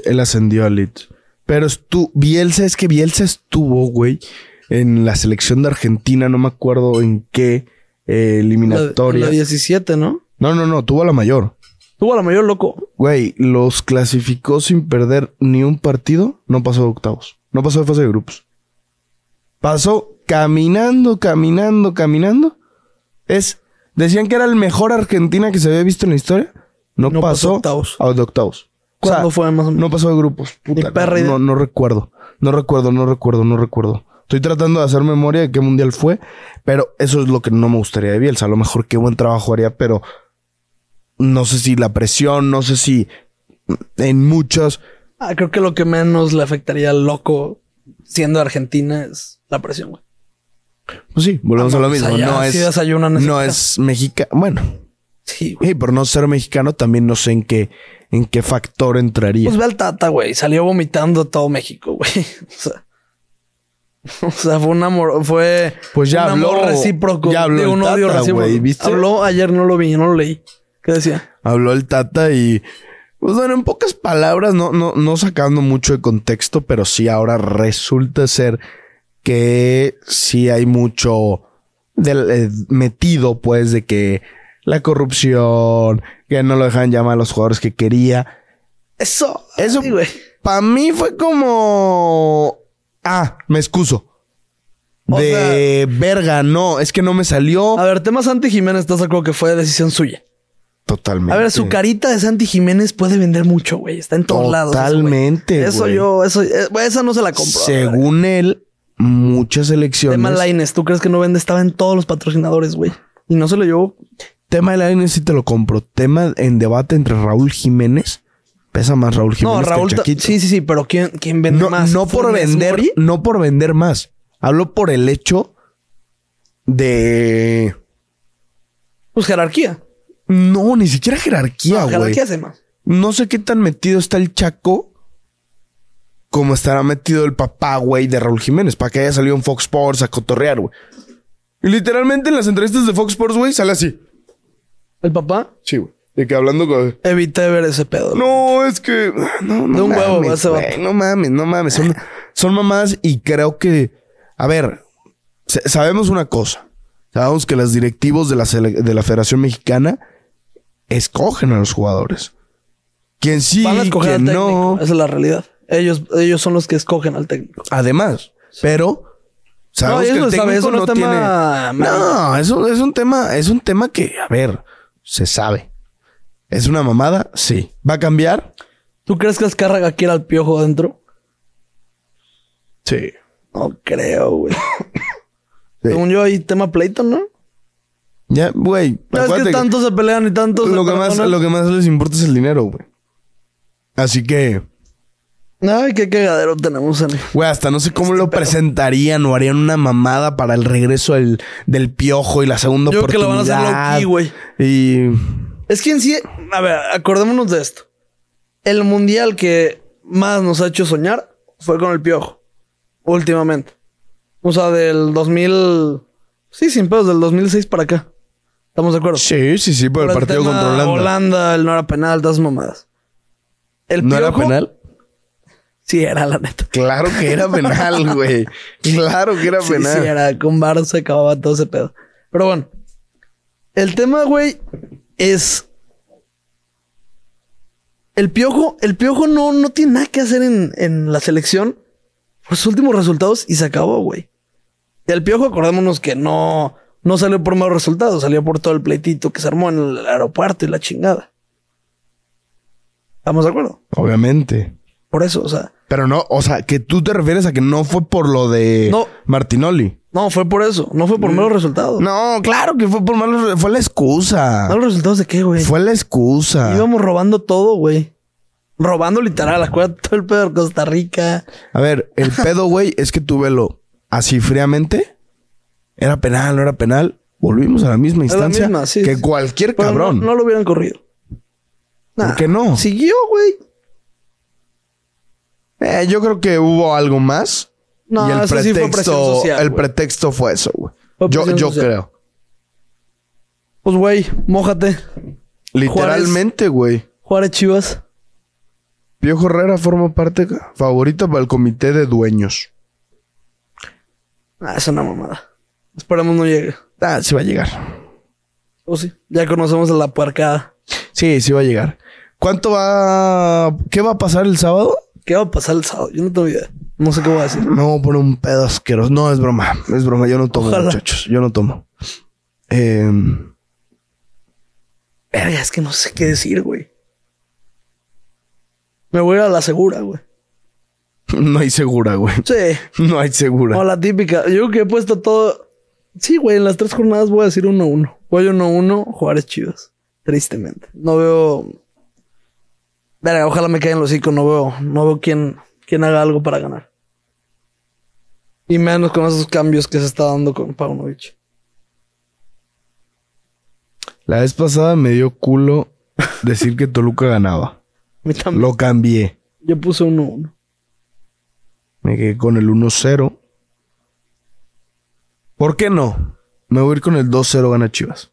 Speaker 2: Él ascendió a Leeds. Pero estuvo. Bielsa, es que Bielsa estuvo, güey, en la selección de Argentina, no me acuerdo en qué eh,
Speaker 1: La,
Speaker 2: eliminatoria.
Speaker 1: la 17, ¿no?
Speaker 2: No, no, no, tuvo a la mayor.
Speaker 1: Tuvo a la mayor loco.
Speaker 2: Güey, los clasificó sin perder ni un partido, no pasó de octavos, no pasó de fase de grupos. Pasó caminando, caminando, caminando. Es, decían que era el mejor Argentina que se había visto en la historia. No,
Speaker 1: No pasó
Speaker 2: pasó,
Speaker 1: octavos.
Speaker 2: a- de octavos. O sea,
Speaker 1: ¿Cuándo fue más o menos?
Speaker 2: No pasó de grupos. Puta,
Speaker 1: Ni
Speaker 2: no-
Speaker 1: perra idea.
Speaker 2: no, no recuerdo. No recuerdo, no recuerdo, no recuerdo. Estoy tratando de hacer memoria de qué mundial fue, pero eso es lo que no me gustaría de Bielsa. A lo mejor qué buen trabajo haría, pero no sé si la presión, no sé si en muchas.
Speaker 1: Ah, creo que lo que menos le afectaría al loco siendo de Argentina es la presión, güey.
Speaker 2: Pues sí, volvemos
Speaker 1: Ah,
Speaker 2: a lo
Speaker 1: no, pues
Speaker 2: mismo.
Speaker 1: allá
Speaker 2: no es,
Speaker 1: sí desayunan ese
Speaker 2: no
Speaker 1: pedo.
Speaker 2: es mexicano. Bueno,
Speaker 1: Sí, güey.
Speaker 2: hey, por no ser mexicano, también no sé en qué, en qué factor entraría.
Speaker 1: Pues ve al Tata, güey. Salió vomitando todo México, güey. O sea. O sea, fue un amor, fue
Speaker 2: Pues ya
Speaker 1: un
Speaker 2: habló-
Speaker 1: amor recíproco.
Speaker 2: ya habló
Speaker 1: de un
Speaker 2: el
Speaker 1: odio
Speaker 2: Tata,
Speaker 1: recíproco.
Speaker 2: güey, ¿viste?
Speaker 1: Habló ayer, no lo vi, no lo leí. ¿Qué decía?
Speaker 2: habló el Tata y, pues bueno, en pocas palabras, no, no, no sacando mucho de contexto, pero sí ahora resulta ser que sí hay mucho del, eh, metido, pues, de que la corrupción, que no lo dejan llamar a los jugadores que quería.
Speaker 1: Eso,
Speaker 2: Eso,
Speaker 1: ay, güey.
Speaker 2: para mí fue como, ah, me excuso.
Speaker 1: O
Speaker 2: De verga, no, es que no me salió
Speaker 1: A ver, tema Santi Jiménez, ¿estás de acuerdo que fue decisión suya?
Speaker 2: totalmente.
Speaker 1: A ver, su carita de Santi Jiménez puede vender mucho, güey. Está en todos lados. eso, güey.
Speaker 2: Totalmente,
Speaker 1: Eso,
Speaker 2: güey.
Speaker 1: yo, eso, eh, güey, esa no se la compro.
Speaker 2: Según él, muchas elecciones.
Speaker 1: Tema Laines, ¿tú crees que no vende? Estaba en todos los patrocinadores, güey. Y no se lo llevó.
Speaker 2: Tema de la ANS sí te lo compro. Tema en debate entre Raúl Jiménez. Pesa más Raúl Jiménez
Speaker 1: no, Raúl.
Speaker 2: que
Speaker 1: ta-
Speaker 2: Chaquito.
Speaker 1: Sí, sí, sí, pero ¿quién, quién vende
Speaker 2: no,
Speaker 1: más?
Speaker 2: no por
Speaker 1: ¿Funes
Speaker 2: vender,
Speaker 1: Mori?
Speaker 2: no por vender más. Hablo por el hecho de
Speaker 1: Pues jerarquía.
Speaker 2: no, ni siquiera jerarquía,
Speaker 1: No,
Speaker 2: Ah, güey.
Speaker 1: jerarquía hace más.
Speaker 2: No sé qué tan metido está el Chaco como estará metido el papá, güey, de Raúl Jiménez, para que haya salido en Fox Sports a cotorrear, güey. Y literalmente en las entrevistas de Fox Sports, güey, sale así.
Speaker 1: El papá
Speaker 2: Sí, güey. De que hablando con.
Speaker 1: evité ver ese pedo.
Speaker 2: No, es que. No, no
Speaker 1: De un huevo,
Speaker 2: mames,
Speaker 1: ese
Speaker 2: güey,
Speaker 1: vato.
Speaker 2: No mames, no mames. Son, son mamadas y creo que. A ver, sa- sabemos una cosa. Sabemos que los directivos de la, sele- de la Federación Mexicana escogen a los jugadores. Quien sí,
Speaker 1: Van a escoger al
Speaker 2: quien
Speaker 1: técnico.
Speaker 2: no.
Speaker 1: Esa es la realidad. Ellos, ellos son los que escogen al técnico.
Speaker 2: Además, pero.
Speaker 1: No,
Speaker 2: Sabemos
Speaker 1: ellos
Speaker 2: que
Speaker 1: lo
Speaker 2: el técnico
Speaker 1: saben, eso
Speaker 2: no,
Speaker 1: no es tema-
Speaker 2: tiene. No, eso es un tema. Es un tema que, a ver, se sabe. ¿Es una mamada? Sí. ¿Va a cambiar?
Speaker 1: ¿Tú crees que Azcárraga quiere al piojo adentro?
Speaker 2: Sí.
Speaker 1: No creo, güey.
Speaker 2: Sí.
Speaker 1: Según yo, hay tema pleito, ¿no?
Speaker 2: Ya, güey.
Speaker 1: No es que
Speaker 2: acuérdate que
Speaker 1: tantos se pelean y tantos. se
Speaker 2: lo, que más,
Speaker 1: perdonan.
Speaker 2: lo que más les importa es el dinero, güey. Así que,
Speaker 1: Ay, qué cagadero tenemos en.
Speaker 2: güey, hasta no sé cómo
Speaker 1: Este
Speaker 2: lo presentarían o harían una mamada para el regreso del, del piojo y la segunda
Speaker 1: Yo creo que lo
Speaker 2: oportunidad.
Speaker 1: van a hacer low-key, güey.
Speaker 2: Y
Speaker 1: Es que en sí. A ver, acordémonos de esto. El mundial que más nos ha hecho soñar fue con el piojo. Últimamente. O sea, del 2000. Sí, sin pedos, del 2006 para acá. ¿Estamos de acuerdo?
Speaker 2: sí, sí, sí, por el
Speaker 1: Pero
Speaker 2: partido
Speaker 1: tema
Speaker 2: contra Holanda.
Speaker 1: Holanda, el no era penal, todas mamadas. El
Speaker 2: ¿No era
Speaker 1: Piojo-
Speaker 2: penal?
Speaker 1: Sí, era la neta.
Speaker 2: Claro que era penal, güey. Claro que era
Speaker 1: Sí,
Speaker 2: penal.
Speaker 1: sí, era con Varo se acababa todo ese pedo. Pero bueno, el tema, güey, es. El piojo, el piojo no, no tiene nada que hacer en, en la selección por sus últimos resultados y se acabó, güey. Y el piojo, acordémonos que no, no salió por malos resultados, salió por todo el pleitito que se armó en el aeropuerto y la chingada. ¿Estamos de acuerdo?
Speaker 2: Obviamente.
Speaker 1: Por eso, o sea,
Speaker 2: Pero no, o sea, que tú te refieres a que no fue por lo de
Speaker 1: No.
Speaker 2: Martinoli.
Speaker 1: no fue por eso, no fue por malos resultados.
Speaker 2: Mm. No, claro que fue por malos, fue la excusa.
Speaker 1: ¿Malos resultados de qué, güey?
Speaker 2: Fue la excusa.
Speaker 1: Íbamos robando todo, güey. Robando literal, acuérdate todo el pedo de Costa Rica.
Speaker 2: A ver, el pedo, güey, es que tú velo así fríamente. Era penal, no era penal. Volvimos a la misma
Speaker 1: Es la
Speaker 2: instancia
Speaker 1: misma, sí,
Speaker 2: que
Speaker 1: sí.
Speaker 2: cualquier
Speaker 1: Pero
Speaker 2: cabrón.
Speaker 1: No, no lo hubieran corrido.
Speaker 2: ¿Por qué no?
Speaker 1: Siguió, güey.
Speaker 2: Eh, yo creo que hubo algo más.
Speaker 1: No,
Speaker 2: y el
Speaker 1: eso
Speaker 2: pretexto,
Speaker 1: sí fue presión social.
Speaker 2: el
Speaker 1: güey.
Speaker 2: pretexto fue eso, güey.
Speaker 1: Fue
Speaker 2: Yo,
Speaker 1: presión
Speaker 2: yo
Speaker 1: social.
Speaker 2: creo.
Speaker 1: Pues, güey, mójate.
Speaker 2: Literalmente, güey.
Speaker 1: Juárez Chivas.
Speaker 2: Piojo Herrera forma parte ca- favorita para el comité de dueños.
Speaker 1: Ah, es una mamada. Esperemos no llegue.
Speaker 2: Ah, sí va a llegar.
Speaker 1: O sí. Ya conocemos a la puercada.
Speaker 2: Sí, sí va a llegar. ¿Cuánto va? ¿Qué va a pasar el sábado?
Speaker 1: ¿Qué va a pasar el sábado? Yo no tengo idea. No sé qué voy a decir.
Speaker 2: Me voy a poner un pedo asqueroso. No, es broma. Es broma. Yo no tomo,
Speaker 1: Ojalá.
Speaker 2: muchachos. Yo no tomo. Eh,
Speaker 1: Verga, es que no sé qué decir, güey. Me voy a ir a la segura, güey.
Speaker 2: no hay segura, güey.
Speaker 1: Sí.
Speaker 2: No hay segura.
Speaker 1: O la típica. Yo creo que he puesto todo. Sí, güey, en las tres jornadas voy a decir 1-1. Voy 1-1, Juárez Chivas. Tristemente. No veo. Verga, ojalá me caigan los hocico. No veo, no veo quién, quién haga algo para ganar. Y menos con esos cambios que se está dando con Paunovic.
Speaker 2: La vez pasada me dio culo decir que Toluca ganaba.
Speaker 1: A mí también.
Speaker 2: Lo cambié.
Speaker 1: Yo puse 1-1.
Speaker 2: Me quedé con el 1-0. ¿Por qué no? Me voy a ir con el 2-0 gana Chivas.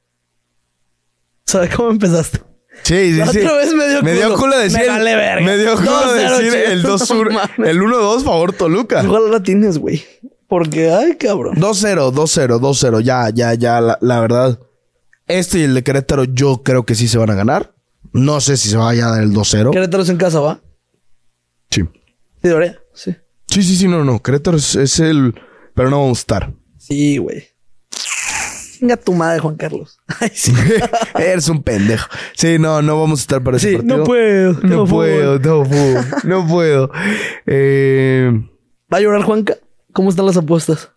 Speaker 1: ¿Sabes cómo empezaste?
Speaker 2: Sí, sí,
Speaker 1: La
Speaker 2: sí.
Speaker 1: otra vez me dio
Speaker 2: me dio
Speaker 1: culo.
Speaker 2: culo decir.
Speaker 1: Me
Speaker 2: el-
Speaker 1: vale verga.
Speaker 2: me dio culo
Speaker 1: 2-0
Speaker 2: decir
Speaker 1: Chivas.
Speaker 2: el 2-1.
Speaker 1: No mames.
Speaker 2: el 1-2 favor Toluca.
Speaker 1: Ojalá la tienes, güey. Porque, ay, cabrón.
Speaker 2: 2-0, 2-0, 2-0. Ya, ya, ya, la, la verdad. Este y el de Querétaro, yo creo que sí se van a ganar. No sé si se vaya a dar el 2-0.
Speaker 1: Querétaro es en casa, ¿va?
Speaker 2: Sí.
Speaker 1: Sí, debería. Sí.
Speaker 2: Sí, sí, sí, no, no. Querétaro es, es el. Pero no vamos a estar.
Speaker 1: Sí, güey. Venga tu madre, Juan Carlos. Ay, sí.
Speaker 2: Eres un pendejo. Sí, no, no vamos a estar para ese
Speaker 1: Sí,
Speaker 2: partido.
Speaker 1: no puedo,
Speaker 2: No
Speaker 1: tengo
Speaker 2: puedo, no puedo. No puedo. Eh,
Speaker 1: ¿Va a llorar Juanca? ¿Cómo están las apuestas?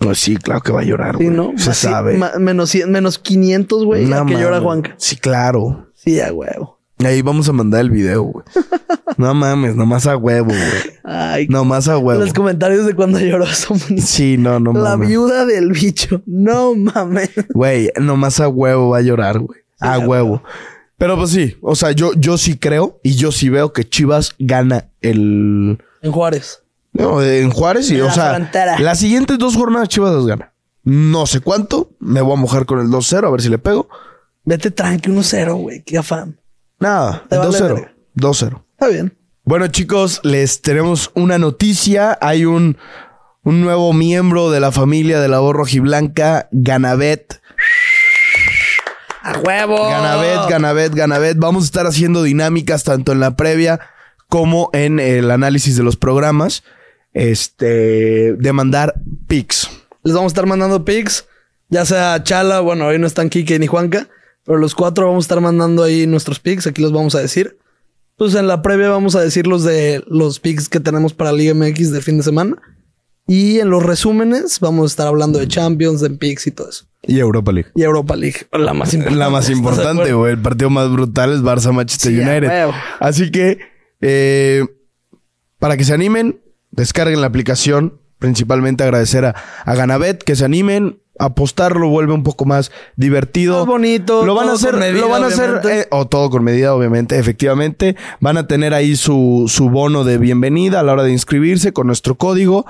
Speaker 2: no, pues sí, claro que va a llorar.
Speaker 1: Sí,
Speaker 2: güey.
Speaker 1: ¿no?
Speaker 2: Se
Speaker 1: Más sí-
Speaker 2: sabe.
Speaker 1: ma- menos, cien- menos 500, güey,
Speaker 2: No
Speaker 1: a que llora
Speaker 2: mames.
Speaker 1: Juanca.
Speaker 2: Sí, claro.
Speaker 1: Sí, a huevo.
Speaker 2: Ahí vamos a mandar el video, güey. No mames, nomás a huevo, güey.
Speaker 1: Ay,
Speaker 2: Nomás a huevo.
Speaker 1: los comentarios de cuando lloró son buenísimos.
Speaker 2: Sí, no, no
Speaker 1: La
Speaker 2: mames.
Speaker 1: viuda del bicho. No mames.
Speaker 2: Güey, nomás a huevo va a llorar, güey. A
Speaker 1: a
Speaker 2: huevo. Pero pues sí, o sea, yo, yo sí creo y yo sí veo que Chivas gana el.
Speaker 1: En Juárez.
Speaker 2: No, en Juárez y,
Speaker 1: En
Speaker 2: o
Speaker 1: la
Speaker 2: sea,
Speaker 1: frontera.
Speaker 2: las siguientes dos jornadas Chivas las gana. No sé cuánto, me voy a mojar con el 2-0, a ver si le pego.
Speaker 1: Vete tranqui 1-0, güey. Qué afán.
Speaker 2: Nada,
Speaker 1: Te vale
Speaker 2: 2-0.
Speaker 1: verga.
Speaker 2: 2-0.
Speaker 1: Está bien.
Speaker 2: Bueno, chicos, les tenemos una noticia. Hay un, un nuevo miembro de la familia de la voz rojiblanca, Ganabet.
Speaker 1: A huevo.
Speaker 2: Ganabet, Ganabet, Ganabet. Vamos a estar haciendo dinámicas tanto en la previa como en el análisis de los programas. Este, de mandar pics.
Speaker 1: Les vamos a estar mandando pics, ya sea Chala, bueno, hoy no están Kike ni Juanca, pero los cuatro vamos a estar mandando ahí nuestros pics, aquí los vamos a decir. Pues en la previa vamos a decir los de los pics que tenemos para Liga MX de fin de semana. Y en los resúmenes vamos a estar hablando de Champions, de pics y todo eso.
Speaker 2: Y Europa League.
Speaker 1: Y Europa League, la más importante.
Speaker 2: La más
Speaker 1: ¿estás de
Speaker 2: importante,
Speaker 1: acuerdo?
Speaker 2: güey. El partido más brutal es Barça Manchester
Speaker 1: Sí, a
Speaker 2: United.
Speaker 1: huevo.
Speaker 2: Así que, eh, para que se animen, descarguen la aplicación. Principalmente agradecer a, a Ganabet que se animen. Apostarlo vuelve un poco más divertido.
Speaker 1: Más bonito,
Speaker 2: Lo van a
Speaker 1: todo
Speaker 2: hacer,
Speaker 1: con medida,
Speaker 2: lo van a hacer,
Speaker 1: obviamente.
Speaker 2: eh, o todo con medida, obviamente, efectivamente. Van a tener ahí su, su bono de bienvenida a la hora de inscribirse con nuestro código.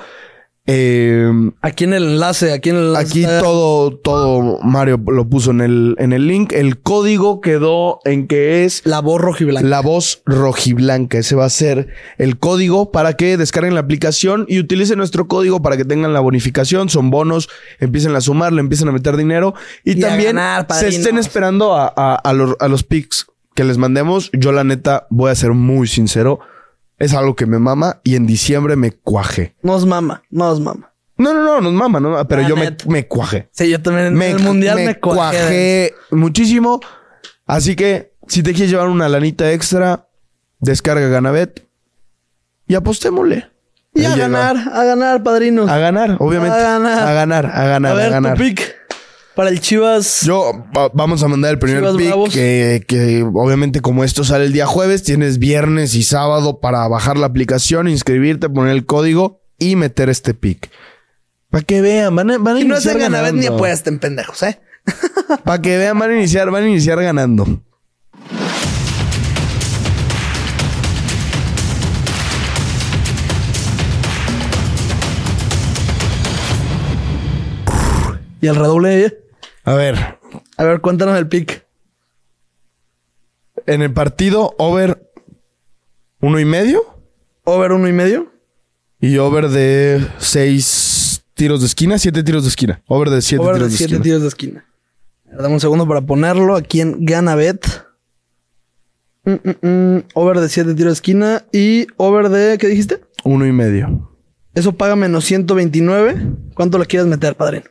Speaker 2: Eh,
Speaker 1: Aquí en el enlace, aquí en el enlace.
Speaker 2: Aquí
Speaker 1: está-
Speaker 2: todo, todo Mario lo puso en el, en el link. El código quedó en que es
Speaker 1: La voz rojiblanca.
Speaker 2: la voz rojiblanca. Ese va a ser el código para que descarguen la aplicación y utilicen nuestro código para que tengan la bonificación. Son bonos, empiecen a sumar, le empiecen a meter dinero y,
Speaker 1: Y a
Speaker 2: también
Speaker 1: ganar,
Speaker 2: se
Speaker 1: padrinos.
Speaker 2: estén esperando a, a- a los, a los pics que les mandemos. Yo, la neta, voy a ser muy sincero. Es algo que me mama y en diciembre me cuaje.
Speaker 1: Nos mama, nos mama.
Speaker 2: No, no, no, nos mama, no, pero
Speaker 1: La
Speaker 2: yo me,
Speaker 1: neta.
Speaker 2: me cuaje
Speaker 1: Sí, yo también en el mundial me, cuajé.
Speaker 2: muchísimo. Así que si te quieres llevar una lanita extra, descarga Ganabet y apostémosle.
Speaker 1: Y a
Speaker 2: Ahí llega.
Speaker 1: ganar, a ganar, padrinos.
Speaker 2: A ganar, obviamente.
Speaker 1: A ganar.
Speaker 2: A ganar, a ganar,
Speaker 1: a ver,
Speaker 2: a ganar.
Speaker 1: tu pick para el Chivas.
Speaker 2: Yo va- vamos a mandar el primer
Speaker 1: Chivas
Speaker 2: pick
Speaker 1: Bravos.
Speaker 2: que, que obviamente como esto sale el día jueves, tienes viernes y sábado para bajar la aplicación, inscribirte, poner el código y meter este pick. Para que vean, van a, van a
Speaker 1: y no
Speaker 2: iniciar
Speaker 1: se ganavet ni
Speaker 2: ganando.
Speaker 1: apuesten, pendejos, ¿eh?
Speaker 2: Para que vean, van a iniciar, van a iniciar ganando.
Speaker 1: Y el redoble. eh.
Speaker 2: A ver,
Speaker 1: A ver, cuéntanos el pick.
Speaker 2: en el partido, over uno y medio
Speaker 1: Over uno y medio.
Speaker 2: y over de seis tiros de esquina, siete tiros de esquina. Over de siete
Speaker 1: Over
Speaker 2: tiros
Speaker 1: de
Speaker 2: de,
Speaker 1: siete
Speaker 2: esquina.
Speaker 1: tiros de esquina. Dame un segundo para ponerlo aquí en Ganabet. Mm, mm, mm. Over de 7 tiros de esquina y over de, ¿qué dijiste?
Speaker 2: Uno y medio.
Speaker 1: Eso paga menos 129. ¿Cuánto le quieres meter, padrino?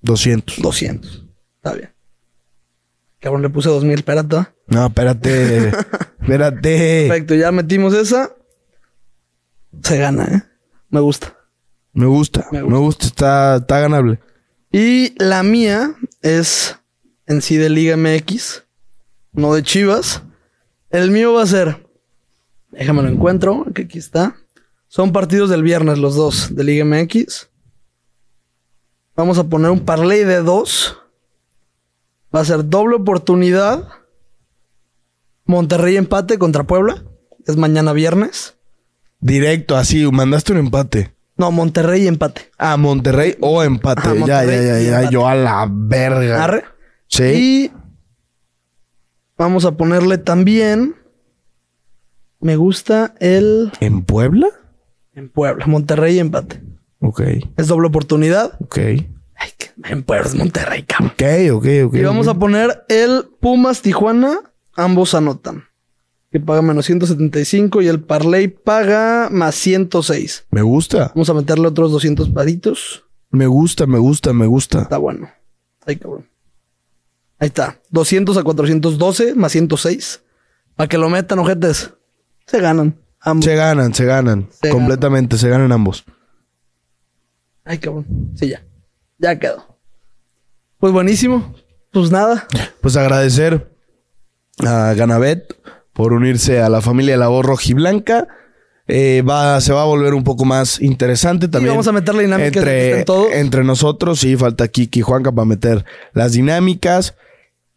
Speaker 2: 200.
Speaker 1: 200. Está bien. Cabrón, le puse 2000, espérate. ¿va?
Speaker 2: No, espérate. espérate.
Speaker 1: Perfecto, ya metimos esa. Se gana, ¿eh? Me gusta.
Speaker 2: Me gusta.
Speaker 1: Me
Speaker 2: Me
Speaker 1: gusta.
Speaker 2: gusta. Está, está ganable.
Speaker 1: Y la mía es en sí de Liga MX, no de Chivas. El mío va a ser, déjame lo encuentro, que aquí está. Son partidos del viernes los dos de Liga MX. Vamos a poner un parlay de dos. Va a ser doble oportunidad. Monterrey empate contra Puebla. Es mañana viernes.
Speaker 2: Directo, así. Mandaste un empate.
Speaker 1: No, Monterrey empate.
Speaker 2: A Monterrey o empate.
Speaker 1: Ajá,
Speaker 2: Ya,
Speaker 1: Monterrey
Speaker 2: ya,
Speaker 1: y
Speaker 2: ya, ya,
Speaker 1: empate.
Speaker 2: Yo a la verga.
Speaker 1: Arre. Y
Speaker 2: Sí.
Speaker 1: vamos a ponerle también. Me gusta el
Speaker 2: ¿En Puebla?
Speaker 1: en Puebla, Monterrey empate.
Speaker 2: Ok.
Speaker 1: Es doble oportunidad.
Speaker 2: Ok.
Speaker 1: Ay, que- en Puebla es Monterrey, cabrón.
Speaker 2: Ok, ok, ok.
Speaker 1: Y vamos a poner el Pumas Tijuana, ambos anotan. Que paga menos 175 y el Parley paga más 106.
Speaker 2: Me gusta.
Speaker 1: Vamos a meterle otros 200 paditos.
Speaker 2: Me gusta, me gusta, me gusta.
Speaker 1: Está bueno. Ay, cabrón. Ahí está. 200 a 412 más 106. Para que lo metan, ojetes. Se ganan. Ambos.
Speaker 2: Se ganan, se ganan.
Speaker 1: Se
Speaker 2: completamente, se ganan ambos.
Speaker 1: Ay, cabrón. Sí, ya. Ya quedó. Pues buenísimo. Pues nada.
Speaker 2: Pues agradecer a Ganabet por unirse a la familia de la voz rojiblanca. Eh, va, se va a volver un poco más interesante también.
Speaker 1: vamos a meterle dinámicas que
Speaker 2: entre,
Speaker 1: estén todos.
Speaker 2: entre nosotros. Sí, falta Kiki y Juanca para meter las dinámicas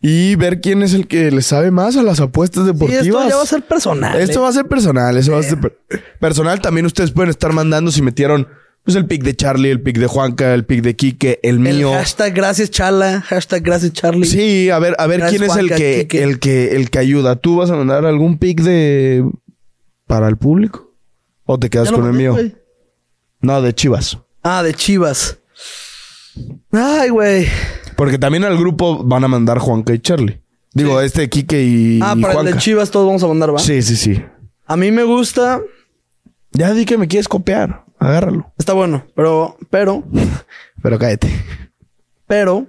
Speaker 2: y ver quién es el que le sabe más a las apuestas
Speaker 1: Y
Speaker 2: deportivas.
Speaker 1: esto ya va a ser personal.
Speaker 2: Esto
Speaker 1: eh.
Speaker 2: va a ser personal, eso va a ser per- personal. También ustedes pueden estar mandando si metieron pues el pick de Charlie, el pick de Juanca, el pick de Quique, el
Speaker 1: El
Speaker 2: mío.
Speaker 1: hashtag gracias Chala. Hashtag gracias Charlie.
Speaker 2: Sí, a ver, a ver
Speaker 1: Gracias,
Speaker 2: quién es el
Speaker 1: Juanca,
Speaker 2: que,
Speaker 1: Quique.
Speaker 2: el que el que ayuda. ¿Tú vas a mandar algún pick de para el público? ¿O te
Speaker 1: Ya
Speaker 2: quedas
Speaker 1: lo
Speaker 2: con el
Speaker 1: mandé,
Speaker 2: mío?
Speaker 1: güey.
Speaker 2: No, de Chivas.
Speaker 1: Ah, de Chivas. Ay, güey.
Speaker 2: Porque también al grupo van a mandar Juanca y Charlie. Digo, este Quique y,
Speaker 1: Ah,
Speaker 2: y
Speaker 1: para el
Speaker 2: Juanca.
Speaker 1: de Chivas todos vamos a mandar, ¿va?
Speaker 2: Sí, sí, sí.
Speaker 1: A mí me gusta.
Speaker 2: Ya di que me quieres copiar. Agárralo.
Speaker 1: Está bueno, pero, pero,
Speaker 2: Pero cállate.
Speaker 1: pero,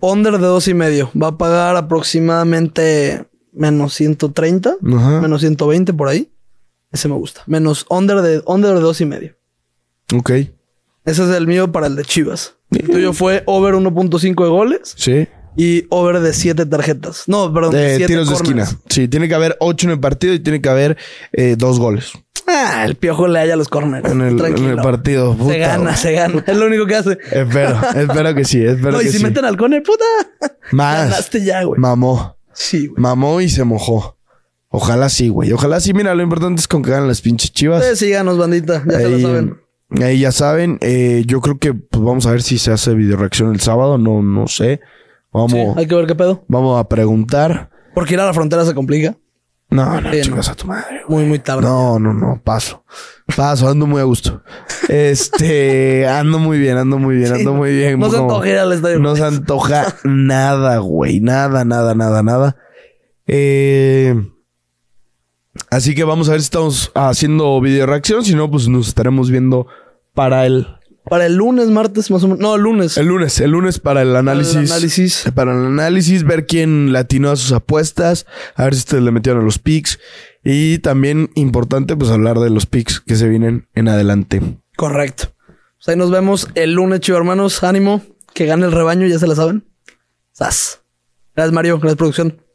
Speaker 1: under de dos y medio va a pagar aproximadamente menos 130,
Speaker 2: Ajá.
Speaker 1: menos 120 por ahí. Ese me gusta. Menos under de, under de dos y medio.
Speaker 2: Ok.
Speaker 1: Ese es el mío para el de Chivas. El tuyo fue over 1.5 de goles
Speaker 2: Sí.
Speaker 1: y over de 7 tarjetas. No, perdón,
Speaker 2: Eh,
Speaker 1: siete
Speaker 2: tiros de
Speaker 1: corners.
Speaker 2: esquina. Sí, tiene que haber ocho en el partido y tiene que haber eh, dos goles
Speaker 1: Ah, el piojo le halla los corners.
Speaker 2: en el, en
Speaker 1: Tranquilo.
Speaker 2: el partido. Puta,
Speaker 1: se gana,
Speaker 2: güey.
Speaker 1: se gana. Es lo único que hace.
Speaker 2: Espero, espero que sí, espero
Speaker 1: No, y
Speaker 2: que
Speaker 1: si
Speaker 2: sí.
Speaker 1: meten al cone, puta.
Speaker 2: Más.
Speaker 1: Ganaste ya, güey.
Speaker 2: Mamó,
Speaker 1: Sí, güey.
Speaker 2: mamó y se mojó. Ojalá sí, güey. Ojalá sí. Mira, lo importante es con que ganen las pinches chivas.
Speaker 1: Ustedes síganos, bandita. Ya se lo
Speaker 2: ahí,
Speaker 1: saben.
Speaker 2: ahí ya saben. Eh, yo creo que pues, vamos a ver si se hace video reacción el sábado. No, no sé. Vamos,
Speaker 1: Sí, hay que ver qué pedo.
Speaker 2: vamos a preguntar.
Speaker 1: Porque ir a la frontera se complica.
Speaker 2: No, no,
Speaker 1: Sí, no.
Speaker 2: chicas, a tu madre.
Speaker 1: Muy, muy tarde.
Speaker 2: No, no, no, paso. Paso, ando muy a gusto. Este, ando muy bien, ando muy bien, ando muy bien.
Speaker 1: No se
Speaker 2: como-
Speaker 1: antoja ir al estadio.
Speaker 2: No se antoja nada, güey. Nada, nada, nada, nada. Eh, así que vamos a ver si estamos haciendo video reacción. Si no, pues nos estaremos viendo para el,
Speaker 1: Para el lunes, martes, más o menos. No, el lunes.
Speaker 2: el lunes. El lunes para el análisis.
Speaker 1: análisis.
Speaker 2: Para el análisis, ver quién latinó a sus apuestas. A ver si ustedes le metieron a los picks. Y también importante, pues hablar de los picks que se vienen en adelante.
Speaker 1: Correcto. Pues ahí nos vemos el lunes, chicos hermanos. Ánimo. Que gane el rebaño, ya se la saben. Sas. Gracias, Mario. Gracias, producción.